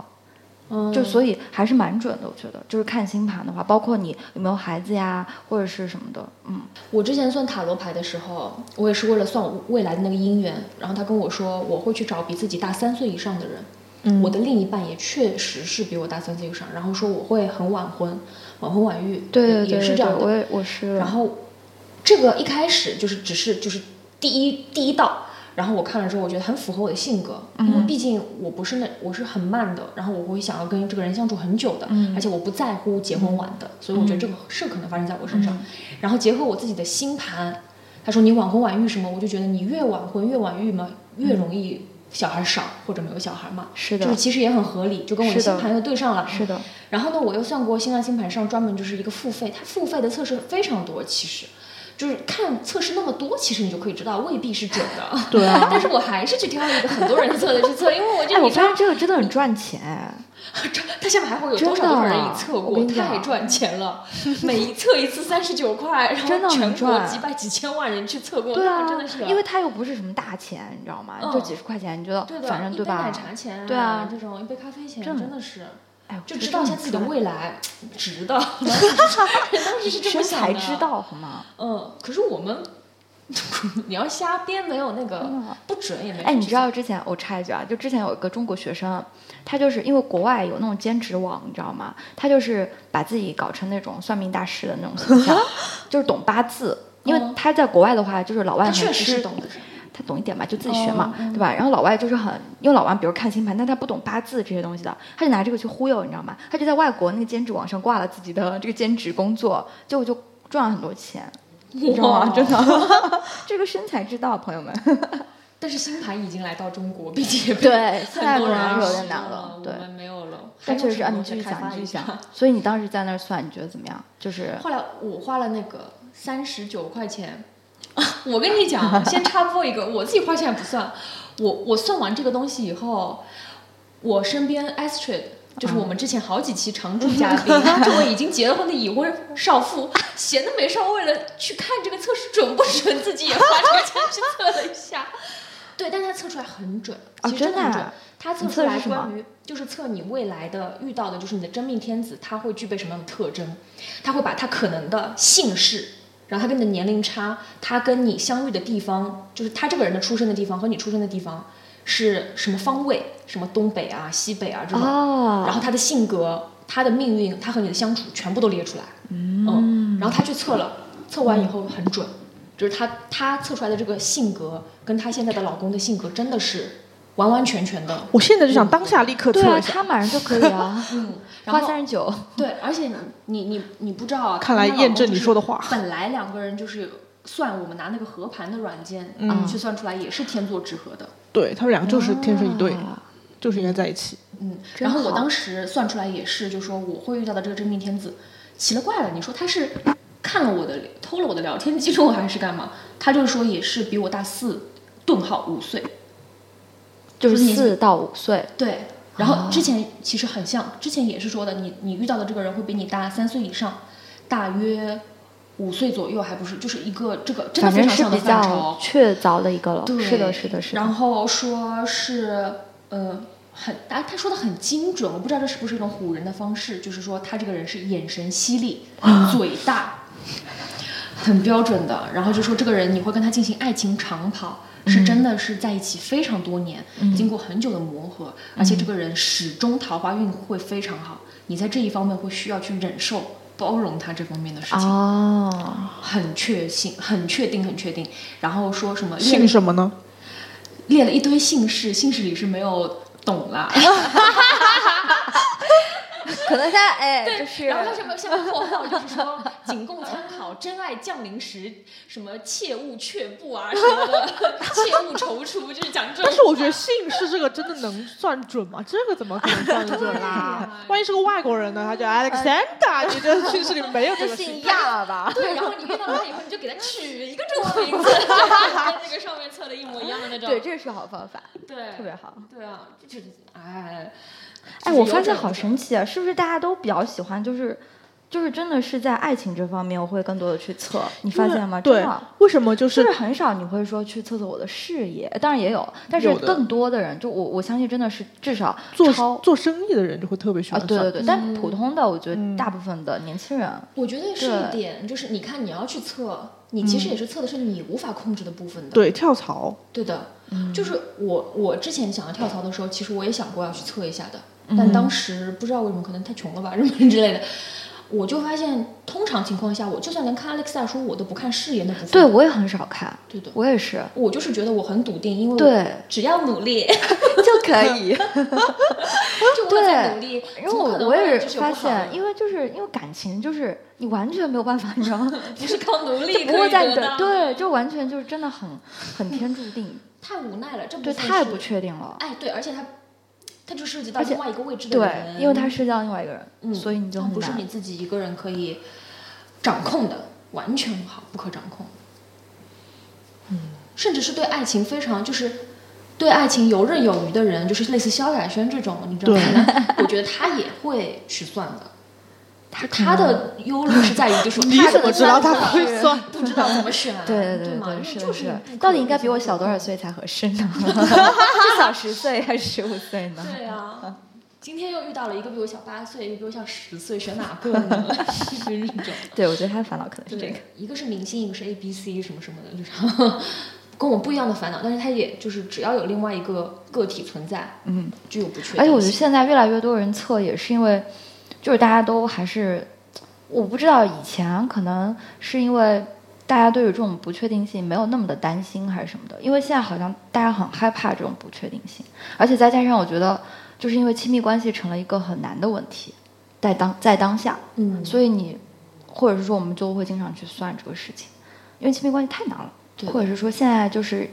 [SPEAKER 4] 嗯，
[SPEAKER 5] 就所以还是蛮准的，我觉得就是看星盘的话，包括你有没有孩子呀，或者是什么的，嗯，
[SPEAKER 4] 我之前算塔罗牌的时候，我也是为了算我未来的那个姻缘，然后他跟我说我会去找比自己大三岁以上的人。
[SPEAKER 1] 嗯
[SPEAKER 4] 我的另一半也确实是比我大三岁以上，然后说我会很晚婚，晚婚晚育，
[SPEAKER 5] 对
[SPEAKER 4] 也
[SPEAKER 5] 对对
[SPEAKER 4] 也是这样的。
[SPEAKER 5] 我也我是，
[SPEAKER 4] 然后这个一开始就是只是就是第一第一道，然后我看了之后，我觉得很符合我的性格，
[SPEAKER 5] 嗯
[SPEAKER 4] 因为毕竟我不是那我是很慢的，然后我会想要跟这个人相处很久的，
[SPEAKER 5] 嗯
[SPEAKER 4] 而且我不在乎结婚晚的，所以我觉得这个是可能发生在我身
[SPEAKER 5] 嗯
[SPEAKER 4] 上。然后结合我自己的星盘，他说你晚婚晚育什么，我就觉得你越晚婚越晚育嘛，越容易小孩少或者没有小孩嘛，
[SPEAKER 5] 嗯是的
[SPEAKER 4] 就是其实也很合理，就跟我的
[SPEAKER 5] 是的
[SPEAKER 4] 星盘又对上了，
[SPEAKER 5] 是的。
[SPEAKER 4] 然后呢，我又算过新浪星盘上专门就是一个付费，它付费的测试非常多，其实。就是看测试那么多，其实你就可以知道未必是准 的。
[SPEAKER 1] 对啊
[SPEAKER 4] 但是我还是去挑了一个很多人测的去测，因为我觉
[SPEAKER 5] 哎，
[SPEAKER 4] 得
[SPEAKER 5] 我
[SPEAKER 4] 你知
[SPEAKER 5] 发
[SPEAKER 4] 道
[SPEAKER 5] 现，这个真的很赚钱，
[SPEAKER 4] 它下面还会有
[SPEAKER 5] 真
[SPEAKER 4] 多少多少
[SPEAKER 5] 的啊
[SPEAKER 4] 人一测
[SPEAKER 5] 我
[SPEAKER 4] 过，
[SPEAKER 5] 跟你讲
[SPEAKER 4] 太赚钱了。每一测一次三十九块，然
[SPEAKER 5] 真的
[SPEAKER 4] 后
[SPEAKER 5] 很
[SPEAKER 4] 全国
[SPEAKER 5] 赚
[SPEAKER 4] 几百几千万人去测过，
[SPEAKER 5] 对
[SPEAKER 4] 那
[SPEAKER 5] 啊，
[SPEAKER 4] 真的是
[SPEAKER 5] 因为它又不是什么大钱，你知道吗？
[SPEAKER 4] 嗯
[SPEAKER 5] 就几十块钱，你觉得
[SPEAKER 4] 对的，
[SPEAKER 5] 反正
[SPEAKER 4] 一杯
[SPEAKER 5] 对吧？
[SPEAKER 4] 奶茶钱，
[SPEAKER 5] 对啊
[SPEAKER 4] 这种一杯咖啡钱，
[SPEAKER 5] 真的
[SPEAKER 4] 真的是。
[SPEAKER 5] 哎呦，
[SPEAKER 4] 就
[SPEAKER 5] 我觉
[SPEAKER 4] 知
[SPEAKER 5] 得
[SPEAKER 4] 道一
[SPEAKER 5] 这
[SPEAKER 4] 下
[SPEAKER 5] 很
[SPEAKER 4] 自己的
[SPEAKER 5] 赚
[SPEAKER 4] 未来，值 的。 当时是这么
[SPEAKER 5] 身
[SPEAKER 4] 想的。
[SPEAKER 5] 材之道好吗？
[SPEAKER 4] 嗯，可是我们， 你要瞎编，没有那个
[SPEAKER 5] 真的
[SPEAKER 4] 不准也没。
[SPEAKER 5] 哎，你知道？之前我插一句啊，就之前有一个中国学生，他就是因为国外有那种兼职网，你知道吗？他就是把自己搞成那种算命大师的那种 形象，就是懂八字。因为
[SPEAKER 4] 嗯
[SPEAKER 5] 他在国外的话，就是老外
[SPEAKER 4] 他
[SPEAKER 5] 很
[SPEAKER 4] 确实
[SPEAKER 5] 吃
[SPEAKER 4] 是懂哦嗯的，
[SPEAKER 5] 他懂一点嘛，就自己学嘛，对吧？然后老外就是很，因为老外比如看星盘，但他不懂八字这些东西的，他就拿这个去忽悠，你知道吗？他就在外国那个兼职网上挂了自己的这个兼职工作，结果就赚了很多钱，你知道
[SPEAKER 4] 啊
[SPEAKER 5] 吗？啊真的，哦 这个身材之道，朋友们。
[SPEAKER 4] 但是星盘已经来到中国，毕竟也被
[SPEAKER 5] 对现在
[SPEAKER 4] 很多
[SPEAKER 5] 可
[SPEAKER 4] 人
[SPEAKER 5] 能
[SPEAKER 4] 认
[SPEAKER 5] 有
[SPEAKER 4] 识
[SPEAKER 5] 点难了
[SPEAKER 4] 了，
[SPEAKER 5] 对
[SPEAKER 4] 我们没有了。 还
[SPEAKER 5] 但
[SPEAKER 4] 有
[SPEAKER 5] 确实
[SPEAKER 4] 什
[SPEAKER 5] 是，啊，
[SPEAKER 4] 么东
[SPEAKER 5] 你
[SPEAKER 4] 西
[SPEAKER 5] 继续
[SPEAKER 4] 开发
[SPEAKER 5] 讲，你继续
[SPEAKER 4] 一下
[SPEAKER 5] 讲。所以你当时在那儿算，你觉得怎么样？就是
[SPEAKER 4] 后来我花了那个三十九块钱， 我跟你讲，先插播一个，我自己花钱也不算，我我算完这个东西以后，我身边 Astrid 就是
[SPEAKER 5] 嗯
[SPEAKER 4] 我们之前好几期常驻嘉宾，这位已经结了婚的已婚少妇，闲的没事儿为了去看这个测试准不准，自己也花这个钱去测了一下。对，但他测出来很准，
[SPEAKER 5] 哦
[SPEAKER 4] 其实真的
[SPEAKER 5] 真的
[SPEAKER 4] 很准。
[SPEAKER 5] 啊
[SPEAKER 4] 他测
[SPEAKER 5] 你
[SPEAKER 4] 出
[SPEAKER 5] 测的
[SPEAKER 4] 来
[SPEAKER 5] 是什么
[SPEAKER 4] 关于就是测你未来的遇到的，就是你的真命天子，他会具备什么样的特征？他会把他可能的姓氏，然后他跟你的年龄差，他跟你相遇的地方，就是他这个人的出生的地方和你出生的地方是什么方位，什么东北啊、西北啊这种。
[SPEAKER 5] 哦
[SPEAKER 4] 然后他的性格、他的命运、他和你的相处全部都列出来。嗯，然后他去测了，测完以后很准，就是他他测出来的这个性格跟他现在的老公的性格真的是完完全全的。
[SPEAKER 1] 我现在就想当下立刻测
[SPEAKER 5] 对啊，
[SPEAKER 1] 一下。
[SPEAKER 5] 他马上就可以 啊，
[SPEAKER 4] 嗯，然
[SPEAKER 5] 花
[SPEAKER 4] 后
[SPEAKER 5] 三十九，
[SPEAKER 4] 对，而且你你你你不知道啊，
[SPEAKER 1] 看来
[SPEAKER 4] 她老公
[SPEAKER 1] 验证你
[SPEAKER 4] 就是
[SPEAKER 1] 说的话
[SPEAKER 4] 本来两个人就是有算我们拿那个合盘的软件
[SPEAKER 1] 嗯
[SPEAKER 4] 去算出来也是天作之合的。
[SPEAKER 1] 对他们两个就是天生一对，
[SPEAKER 5] 啊
[SPEAKER 1] 就是应该在一起。
[SPEAKER 4] 嗯，
[SPEAKER 5] 真
[SPEAKER 4] 然后我
[SPEAKER 5] 好
[SPEAKER 4] 当时算出来也是，就说我会遇到的这个真命天子，奇了怪了，你说他是看了我的偷了我的聊天记录还是干嘛？他就说也是比我大四，顿号五岁，
[SPEAKER 5] 就是
[SPEAKER 4] 就是你
[SPEAKER 5] 四到五岁，
[SPEAKER 4] 对。然
[SPEAKER 5] 啊
[SPEAKER 4] 后之前其实很像，之前也是说的，你你遇到的这个人会比你大三岁以上，大约五岁左右，还不是就是一个这个真的
[SPEAKER 5] 反
[SPEAKER 4] 非
[SPEAKER 5] 正
[SPEAKER 4] 常
[SPEAKER 5] 是
[SPEAKER 4] 像的
[SPEAKER 5] 比
[SPEAKER 4] 范
[SPEAKER 5] 较
[SPEAKER 4] 畴。
[SPEAKER 5] 确凿的一个了。
[SPEAKER 4] 对，
[SPEAKER 5] 是的，是的，是的。
[SPEAKER 4] 然后说是呃，很啊，他说的很精准，我不知道这是不是一种唬人的方式，就是说他这个人是眼神犀利，
[SPEAKER 5] 啊
[SPEAKER 4] 嘴大，很标准的。然后就说这个人你会跟他进行爱情长跑。
[SPEAKER 5] 嗯
[SPEAKER 4] 是真的是在一起非常多年，经过很久的磨合，而且这个人始终桃花运会非常好。你在这一方面会需要去忍受、包容他这方面的事情，
[SPEAKER 5] 哦，
[SPEAKER 4] 很确信、很确定、很确定。然后说什么恋
[SPEAKER 1] 姓什么呢？
[SPEAKER 4] 列了一堆姓氏，姓氏里是没有懂 啦。
[SPEAKER 5] 可能他哎，就是
[SPEAKER 4] 然后它上面下面括号就是 说，仅供参考，真爱降临时，什么切勿却步啊什么的，切勿踌躇，就是讲这种。
[SPEAKER 1] 但是我觉得姓氏这个真的能算准吗？这个怎么可能算得准啦
[SPEAKER 4] 对 呀？
[SPEAKER 1] 万一是个外国人呢？他叫 Alexander，你这姓氏里没有这
[SPEAKER 5] 这
[SPEAKER 1] 个
[SPEAKER 5] 呃姓
[SPEAKER 1] 姓。
[SPEAKER 5] 亚吧？
[SPEAKER 4] 对，然后你遇到他以后，你就给他取一个中文 名字，跟那个上面测的一模一样的那种。
[SPEAKER 5] 对，这是好方法，
[SPEAKER 4] 对，
[SPEAKER 5] 特别好。
[SPEAKER 4] 对啊，就是哎，
[SPEAKER 5] 哎，
[SPEAKER 4] 就是
[SPEAKER 5] 我发
[SPEAKER 4] 有
[SPEAKER 5] 现
[SPEAKER 4] 种
[SPEAKER 5] 好神奇啊！是不是大家都比较喜欢，就是就是真的是在爱情这方面，我会更多的去测，你发现吗？真
[SPEAKER 1] 对
[SPEAKER 5] 的。，啊
[SPEAKER 1] 为什么就是是
[SPEAKER 5] 不是很少你会说去测测我的事业？当然也有，但是
[SPEAKER 1] 有的
[SPEAKER 5] 更多的人，就我我相信真的是至少超
[SPEAKER 1] 做做生意的人就会特别喜
[SPEAKER 5] 啊，
[SPEAKER 1] 欢
[SPEAKER 5] 对对
[SPEAKER 1] 算？
[SPEAKER 5] 对，但普通的我觉
[SPEAKER 1] 嗯
[SPEAKER 5] 得大部分的年轻人，
[SPEAKER 4] 我觉得是
[SPEAKER 5] 对嗯
[SPEAKER 4] 一点，就是你看你要去测，你其实也是测的是你无法控制的部分的。
[SPEAKER 1] 对跳槽，
[SPEAKER 4] 对的，
[SPEAKER 5] 嗯
[SPEAKER 4] 就是我我之前想要跳槽的时候，其实我也想过要去测一下的，
[SPEAKER 5] 嗯
[SPEAKER 4] 但当时不知道为什么，可能太穷了吧，什么之类的。我就发现，通常情况下，我就算连看 Alexa 说，我都不看誓言的部分。
[SPEAKER 5] 对我也很少看，
[SPEAKER 4] 对的，
[SPEAKER 5] 我 也是，
[SPEAKER 4] 我就是觉得我很笃定，因为我
[SPEAKER 5] 对
[SPEAKER 4] 只要努力，
[SPEAKER 5] 就可以。
[SPEAKER 4] 就我在
[SPEAKER 5] 对
[SPEAKER 4] 努力。
[SPEAKER 5] 因
[SPEAKER 4] 怎
[SPEAKER 5] 为
[SPEAKER 4] 么
[SPEAKER 5] 我
[SPEAKER 4] 可能
[SPEAKER 5] 我也
[SPEAKER 4] 就是有不
[SPEAKER 5] 发
[SPEAKER 4] 好
[SPEAKER 5] 现，
[SPEAKER 4] 的
[SPEAKER 5] 因为就是因为感情，就是你完全没有办法，你知道吗？
[SPEAKER 4] 不是靠努力
[SPEAKER 5] 就不
[SPEAKER 4] 可
[SPEAKER 5] 会
[SPEAKER 4] 以
[SPEAKER 5] 在
[SPEAKER 4] 得
[SPEAKER 5] 你的
[SPEAKER 4] 到
[SPEAKER 5] 对，就完全就是真的很很天注 定，
[SPEAKER 4] 太无奈了，这部
[SPEAKER 5] 对，
[SPEAKER 4] 分
[SPEAKER 5] 太
[SPEAKER 4] 是
[SPEAKER 5] 不确定了。
[SPEAKER 4] 哎，对，而且它它就涉及到
[SPEAKER 5] 而且
[SPEAKER 4] 另外一个未知的
[SPEAKER 5] 对
[SPEAKER 4] 人，，
[SPEAKER 5] 因为他涉及到另外一个人，
[SPEAKER 4] 嗯
[SPEAKER 5] 所以你就
[SPEAKER 4] 它
[SPEAKER 5] 很
[SPEAKER 4] 不是
[SPEAKER 5] 难
[SPEAKER 4] 你。自己一个人可以掌控的，完全好不可掌控。嗯，甚至是对爱情非常就是对爱情游刃有余的人，就是类似萧亚轩这种，你知道吗？ 我觉得他也会去算的。他他的忧虑是在于， 就是
[SPEAKER 1] 你
[SPEAKER 4] 他
[SPEAKER 1] 怎么
[SPEAKER 4] 的
[SPEAKER 1] 知道他
[SPEAKER 4] 三个
[SPEAKER 1] 不会算？
[SPEAKER 4] 不知道怎么选，
[SPEAKER 5] 对
[SPEAKER 4] 对
[SPEAKER 5] 对
[SPEAKER 4] 吗
[SPEAKER 5] 对，
[SPEAKER 4] 那
[SPEAKER 5] 是
[SPEAKER 4] 就
[SPEAKER 5] 的，是的
[SPEAKER 4] 不可
[SPEAKER 5] 到底应该比我
[SPEAKER 4] 能
[SPEAKER 5] 小多少岁才合适 呢？至少十岁还是十五岁呢？
[SPEAKER 4] 对 啊，今天又遇到了一个比我小八岁，一个比我小十岁，选哪个呢？ 就是这种。
[SPEAKER 5] 对，我觉得他的烦恼可能是这
[SPEAKER 4] 对
[SPEAKER 5] 个。，
[SPEAKER 4] 一个是明星，一个是 A B C 什么什么的，就是 跟我不一样的烦恼。但是他也就是只要有另外一个个体存在，
[SPEAKER 5] 嗯，
[SPEAKER 4] 具有不确定性。
[SPEAKER 5] 而且我觉得现在越来越多人测，也是因为就是大家都还是，我不知道以前啊可能是因为大家对于这种不确定性没有那么的担心，还是什么的。因为现在好像大家很害怕这种不确定性，而且再加上我觉得，就是因为亲密关系成了一个很难的问题，在当在当下，
[SPEAKER 4] 嗯，
[SPEAKER 5] 所以你或者是说我们就会经常去算这个事情，因为亲密关系太难了，
[SPEAKER 4] 对
[SPEAKER 5] 或者是说现在就是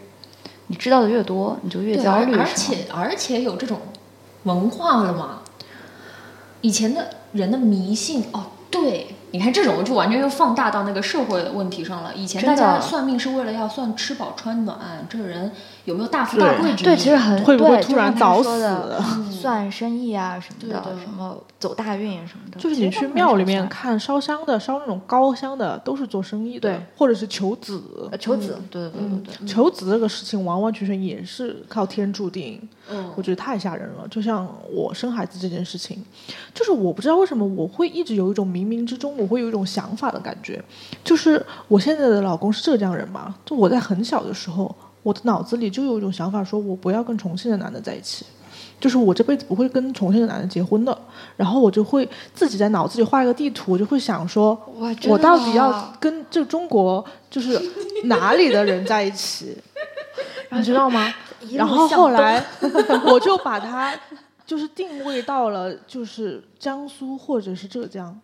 [SPEAKER 5] 你知道的越多，你就越
[SPEAKER 4] 对
[SPEAKER 5] 焦虑，
[SPEAKER 4] 而而
[SPEAKER 5] 是吗
[SPEAKER 4] 且而且有这种文化了嘛？以前的人的迷信哦，对，你看这种就完全又放大到那个社会问题上了。以前大
[SPEAKER 5] 真的
[SPEAKER 4] 家算命是为了要算吃饱穿暖，这个人有没有大富大
[SPEAKER 1] 对
[SPEAKER 4] 贵之
[SPEAKER 5] 对，
[SPEAKER 4] 意
[SPEAKER 5] 其实很
[SPEAKER 1] 会不会
[SPEAKER 5] 对
[SPEAKER 1] 突
[SPEAKER 5] 就像
[SPEAKER 1] 然
[SPEAKER 5] 他
[SPEAKER 1] 早
[SPEAKER 5] 说
[SPEAKER 1] 死
[SPEAKER 5] 的嗯
[SPEAKER 1] 了
[SPEAKER 5] 算生意啊什么
[SPEAKER 4] 对
[SPEAKER 5] 的，
[SPEAKER 4] 的
[SPEAKER 5] 什么走大运什么的，
[SPEAKER 1] 就是
[SPEAKER 5] 其
[SPEAKER 1] 你
[SPEAKER 5] 实都
[SPEAKER 1] 去
[SPEAKER 5] 没
[SPEAKER 1] 庙
[SPEAKER 5] 啥
[SPEAKER 1] 里面
[SPEAKER 5] 算
[SPEAKER 1] 看烧香的，烧那种高香的，都是做生意的，
[SPEAKER 5] 对，
[SPEAKER 1] 或者是求子
[SPEAKER 5] 呃。嗯求
[SPEAKER 1] 嗯
[SPEAKER 5] 子，对对对对对，
[SPEAKER 1] 求子这个事情完完全全也是靠天注定，
[SPEAKER 4] 嗯
[SPEAKER 1] 我觉得太吓人了。就像我生孩子这件事情，就是我不知道为什么我会一直有一种冥冥之中我会有一种想法的感觉，就是我现在的老公是浙江人嘛，就我在很小的时候，我的脑子里就有一种想法，说我不要跟重庆的男的在一起。就是我这辈子不会跟重庆的男人结婚的，然后我就会自己在脑子里画一个地图，我就会想说，
[SPEAKER 5] 哇真
[SPEAKER 1] 我
[SPEAKER 5] 的
[SPEAKER 1] 到底要
[SPEAKER 5] 啊
[SPEAKER 1] 跟就中国就是哪里的人在一起，你知道吗？
[SPEAKER 5] 一
[SPEAKER 1] 然
[SPEAKER 5] 路
[SPEAKER 1] 后
[SPEAKER 5] 向
[SPEAKER 1] 后
[SPEAKER 5] 东
[SPEAKER 1] 来我就把它就是定位到了就是江苏或者是浙江。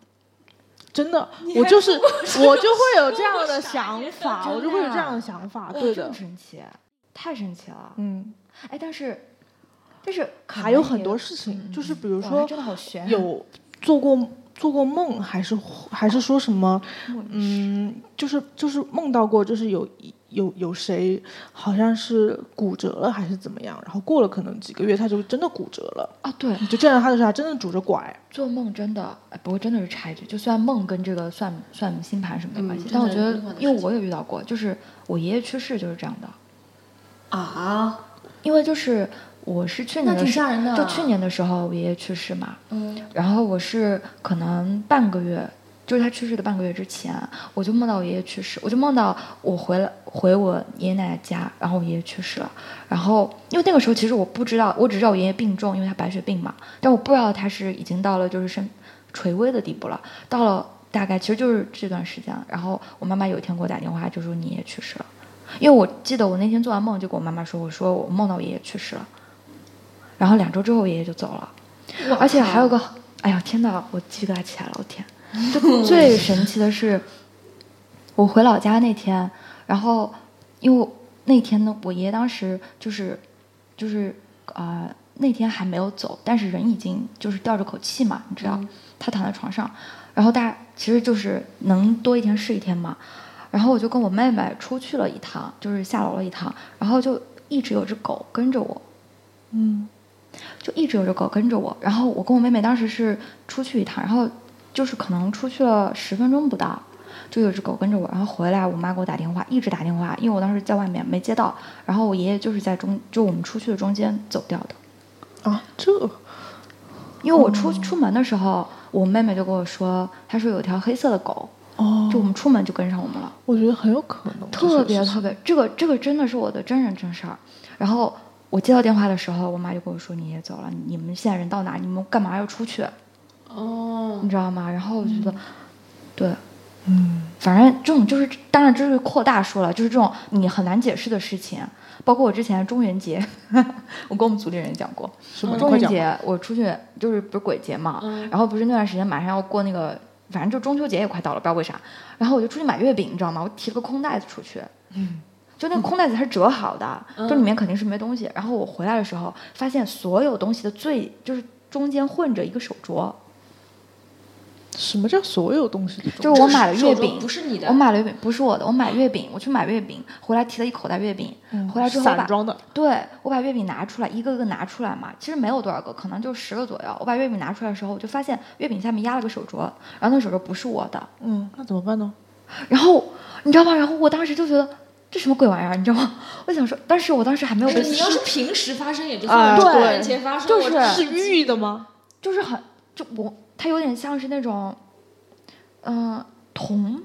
[SPEAKER 1] 真的，我就是我就会有这样的想法，我就会有
[SPEAKER 5] 啊
[SPEAKER 1] 这样的想法，
[SPEAKER 5] 哇
[SPEAKER 1] 对
[SPEAKER 5] 这
[SPEAKER 1] 的
[SPEAKER 5] 么，神奇，啊太神奇了，
[SPEAKER 1] 嗯，
[SPEAKER 5] 哎，但是但是
[SPEAKER 1] 还有很多事情，就是比如
[SPEAKER 5] 哇
[SPEAKER 1] 说
[SPEAKER 5] 真的好啊悬，
[SPEAKER 1] 有做过做过梦，还是还是说什么？嗯，就是就是梦到过，就是有一有有谁好像是骨折了还是怎么样，然后过了可能几个月，他就真的骨折了。
[SPEAKER 5] 啊，对，
[SPEAKER 1] 你就见到他的时候，他真的拄着拐。
[SPEAKER 5] 做梦真的，哎不过真的是插一句，就虽然梦跟这个算算星盘什么没关系，
[SPEAKER 4] 嗯
[SPEAKER 5] 但我觉
[SPEAKER 4] 真的
[SPEAKER 5] 得
[SPEAKER 4] 是梦幻，的
[SPEAKER 5] 因为
[SPEAKER 4] 世界
[SPEAKER 5] 我也遇到过，就是我爷爷去世就是这样的，
[SPEAKER 4] 啊，
[SPEAKER 5] 因为就是我是去年
[SPEAKER 4] 那
[SPEAKER 5] 的
[SPEAKER 4] 挺
[SPEAKER 5] 时
[SPEAKER 4] 吓人的
[SPEAKER 5] 就去年的时候我爷爷去世嘛，
[SPEAKER 4] 嗯，
[SPEAKER 5] 然后我是可能半个月，就是他去世的半个月之前，我就梦到我爷爷去世，我就梦到我回了回我爷爷奶奶家，然后我爷爷去世了，然后因为那个时候其实我不知道，我只知道我爷爷病重，因为他白血病嘛，但我不知道他是已经到了就是身垂危的地步了，到了大概其实就是这段时间，然后我妈妈有一天给我打电话，就说你爷爷去世了。因为我记得我那天做完梦就跟我妈妈说，我说我梦到我爷爷去世了，然后两周之后我爷爷就走了，而且还有个，哎呀天呐，我鸡皮疙瘩起来了，我天！就最神奇的是，我回老家那天，然后因为那天呢，我爷爷当时就是就是呃那天还没有走，但是人已经就是吊着口气嘛，你知道，他躺在床上，然后大家其实就是能多一天是一天嘛。然后我就跟我妹妹出去了一趟，就是下楼了一趟，然后就一直有只狗跟着我，
[SPEAKER 1] 嗯，
[SPEAKER 5] 就一直有只狗跟着我。然后我跟我妹妹当时是出去一趟，然后就是可能出去了十分钟不到，就有只狗跟着我。然后回来，我妈给我打电话，一直打电话，因为我当时在外面没接到。然后我爷爷就是在中，就我们出去的中间走掉的。
[SPEAKER 1] 啊，这
[SPEAKER 5] 因为我出、出门的时候，我妹妹就跟我说，她说有一条黑色的狗，
[SPEAKER 1] 哦
[SPEAKER 5] 就我们出门就跟上我们了。
[SPEAKER 1] 我觉得很有可能，
[SPEAKER 5] 特别特别，这个这个真的是我的真人真事儿。然后我接到电话的时候，我妈就跟我说：“你也走了，你们现在人到哪？你们干嘛要出去？”
[SPEAKER 4] 哦，
[SPEAKER 5] 你知道吗？然后我觉得，对，
[SPEAKER 1] 嗯，
[SPEAKER 5] 反正这种就是，当然这是扩大说了，就是这种你很难解释的事情。包括我之前中元节， 我跟我们组里人讲过，
[SPEAKER 1] 什么？你
[SPEAKER 5] 中
[SPEAKER 1] 快
[SPEAKER 5] 元
[SPEAKER 1] 讲吧。嗯
[SPEAKER 5] 节我出去就是不是鬼节嘛，然后不是那段时间马上要过那个，反正就中秋节也快到了，不知道为啥，然后我就出去买月饼，你知道吗？我提了个空袋子出去，
[SPEAKER 1] 嗯
[SPEAKER 5] 就那个空袋子它是折好的，就里面肯定是没东西。然后我回来的时候发现所有东西的最就是中间混着一个手镯，
[SPEAKER 1] 什么叫所有东西的中？
[SPEAKER 5] 就是我买了月饼，
[SPEAKER 4] 手镯不是你的
[SPEAKER 5] 我买了月饼不是我的，我买月饼，我去买月饼，回来提了一口袋月饼，
[SPEAKER 4] 嗯
[SPEAKER 5] 回来之后我
[SPEAKER 1] 嗯
[SPEAKER 5] 把
[SPEAKER 1] 散装的，
[SPEAKER 5] 对我把月饼拿出来，一个个拿出来嘛，其实没有多少个，可能就十个左右。我把月饼拿出来的时候，我就发现月饼下面压了个手镯，然后那手镯不是我的，
[SPEAKER 1] 嗯，那怎么办呢？
[SPEAKER 5] 然后你知道吗？然后我当时就觉得这什么鬼玩意儿，你知道吗？我想说，但是我当时还没有
[SPEAKER 4] 哎
[SPEAKER 5] 被
[SPEAKER 4] 你
[SPEAKER 5] 撕
[SPEAKER 4] 要是平时发生也就
[SPEAKER 1] 啊
[SPEAKER 4] 算了，
[SPEAKER 1] 对
[SPEAKER 4] 中元节发生
[SPEAKER 5] 就
[SPEAKER 4] 我
[SPEAKER 5] 是
[SPEAKER 1] 是寓意的吗？
[SPEAKER 5] 就是很就我，它有点像是那种，嗯、铜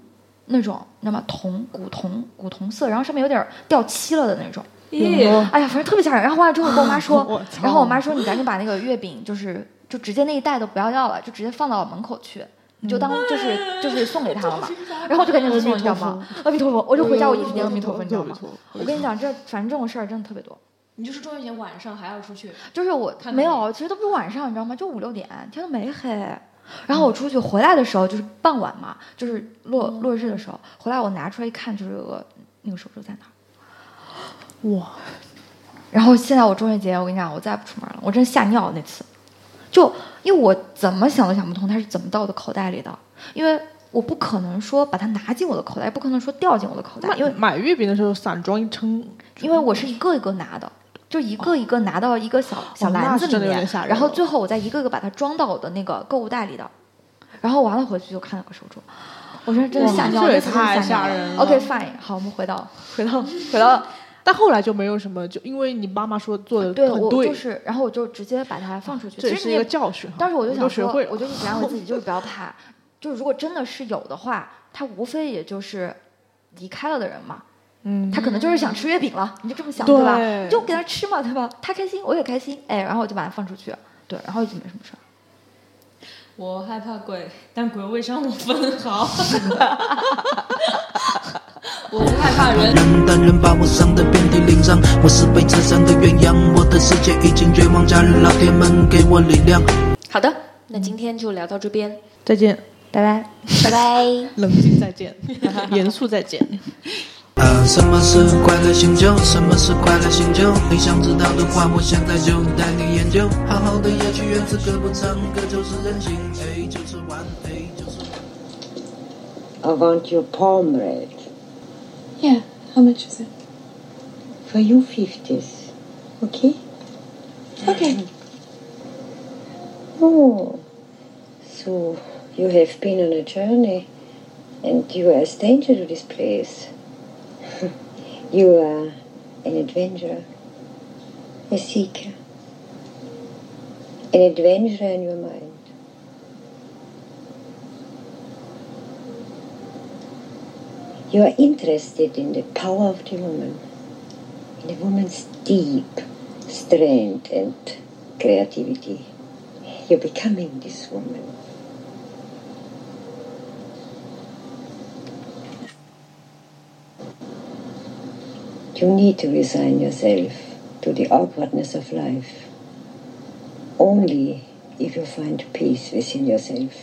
[SPEAKER 5] 那种，你知道吗？铜古铜古铜色，然后上面有点掉漆了的那种。
[SPEAKER 4] 咦，
[SPEAKER 5] 哎呀，反正特别吓人。然后完了之后，我跟我 妈
[SPEAKER 1] 我
[SPEAKER 5] 说，
[SPEAKER 1] 操
[SPEAKER 5] 然后我妈说你赶紧把那个月饼，就是就直接那一袋都不要要了，就直接放到门口去，就当就是就是送给她了
[SPEAKER 1] 嗯
[SPEAKER 5] 嘛。然后我就赶
[SPEAKER 4] 嗯
[SPEAKER 5] 紧去，你知道吗？阿弥陀佛，我就回家，我一直念阿弥陀佛，你知道吗
[SPEAKER 1] 嗯阿弥陀佛？
[SPEAKER 5] 我跟你讲，这反正这种事儿真的特别多。
[SPEAKER 4] 你就是中元节晚上还要出去，
[SPEAKER 5] 就是我
[SPEAKER 4] 看
[SPEAKER 5] 没
[SPEAKER 4] 看
[SPEAKER 5] 有，啊其实都不是晚上，你知道吗？就五六点，天都没黑。
[SPEAKER 1] 嗯
[SPEAKER 5] 然后我出去回来的时候就是傍晚嘛，就是落
[SPEAKER 1] 嗯
[SPEAKER 5] 落日的时候，回来我拿出来一看，就是有个那个手镯在哪儿。
[SPEAKER 1] 哇，
[SPEAKER 5] 然后现在我中元节，我跟你讲，我再也不出门了，我真吓尿那次，就因为我怎么想都想不通它是怎么到我的口袋里的，因为我不可能说把它拿进我的口袋，也不可能说掉进我的口袋，因为
[SPEAKER 1] 买月饼的时候散装一 称，
[SPEAKER 5] 因为我是一个一个拿的，就一个一个拿到一个小、小
[SPEAKER 1] 哦那
[SPEAKER 5] 篮
[SPEAKER 1] 是
[SPEAKER 5] 子
[SPEAKER 1] 真
[SPEAKER 5] 里
[SPEAKER 1] 的有
[SPEAKER 5] 面
[SPEAKER 1] 点吓，人
[SPEAKER 5] 然后
[SPEAKER 1] 了
[SPEAKER 5] 最后我再一个一个把它装到我的那个购物袋里的，然后完了回去就看到个手镯，我真的真的
[SPEAKER 1] 哇
[SPEAKER 5] 吓尿，
[SPEAKER 1] 这也
[SPEAKER 5] 那次真的
[SPEAKER 1] 太
[SPEAKER 5] 吓
[SPEAKER 1] 吓
[SPEAKER 5] 尿
[SPEAKER 1] 人了
[SPEAKER 5] OK fine，好，我们回到回到回 到，
[SPEAKER 1] 但后来就没有什么，就因为你妈妈说做的
[SPEAKER 5] 啊对
[SPEAKER 1] 很
[SPEAKER 5] 我
[SPEAKER 1] 对，
[SPEAKER 5] 就是，然后我就直接把它放出去，
[SPEAKER 1] 这
[SPEAKER 5] 其
[SPEAKER 1] 也
[SPEAKER 5] 实
[SPEAKER 1] 是
[SPEAKER 5] 你
[SPEAKER 1] 一
[SPEAKER 5] 也
[SPEAKER 1] 个教训哈。
[SPEAKER 5] 当时我就
[SPEAKER 1] 都
[SPEAKER 5] 想
[SPEAKER 1] 学
[SPEAKER 5] 说，
[SPEAKER 1] 会了，
[SPEAKER 5] 我就一直安慰自己，就是不要怕。就是如果真的是有的话，他无非也就是离开了的人嘛，
[SPEAKER 1] 嗯，
[SPEAKER 5] 他可能就是想吃月饼了，你就这么想
[SPEAKER 1] 对
[SPEAKER 5] 吧？你就给他吃嘛，对吧？他开心，我也开心，哎，然后我就把它放出去，对，然后就没什么事儿。
[SPEAKER 2] 我害怕鬼，但鬼未伤我分毫。我不害怕人。
[SPEAKER 6] 人，但愿把我伤得遍体鳞伤。我是被刺伤的鸳鸯，我的世界已经绝望，家人老天们给我力量。
[SPEAKER 4] 好的，那今天就聊到这边，
[SPEAKER 1] 再见，
[SPEAKER 5] 拜拜。
[SPEAKER 4] 拜拜。
[SPEAKER 1] 冷静再 见，严肃再见。
[SPEAKER 6] 啊，什么是快乐星球？什么是快乐星球？你想知道的话，我现在就带你研究。好好的也许缘此刻不长，歌就是任性，哎，就是玩，哎，就是玩。
[SPEAKER 7] I want your palm red.
[SPEAKER 8] Yeah, how much is it?
[SPEAKER 7] For you, 50s. Okay?
[SPEAKER 8] Okay.
[SPEAKER 7] Oh. So, you have been on a journey and you are a stranger to this place. you are an adventurer, a seeker, an adventurer in your mind. You are interested in the power of the woman, in the woman's deep strength and creativity. You're becoming this woman. You need to resign yourself to the awkwardness of life. Only if you find peace within yourself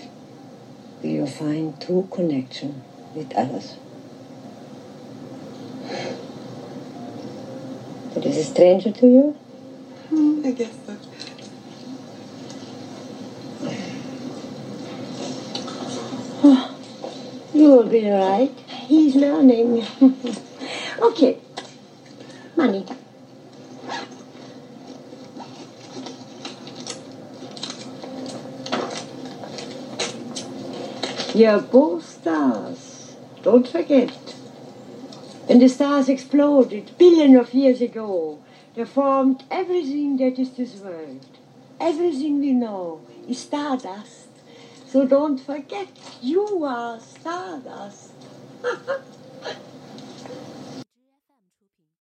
[SPEAKER 7] will you find true connection with others. That is a stranger to you?
[SPEAKER 8] I guess so.
[SPEAKER 7] You will be alright. He's learning. okay. Money. You're both stars. Don't forget. When the stars exploded billion of years ago, they formed everything that is this world. Everything we know is stardust. So don't forget, you are stardust.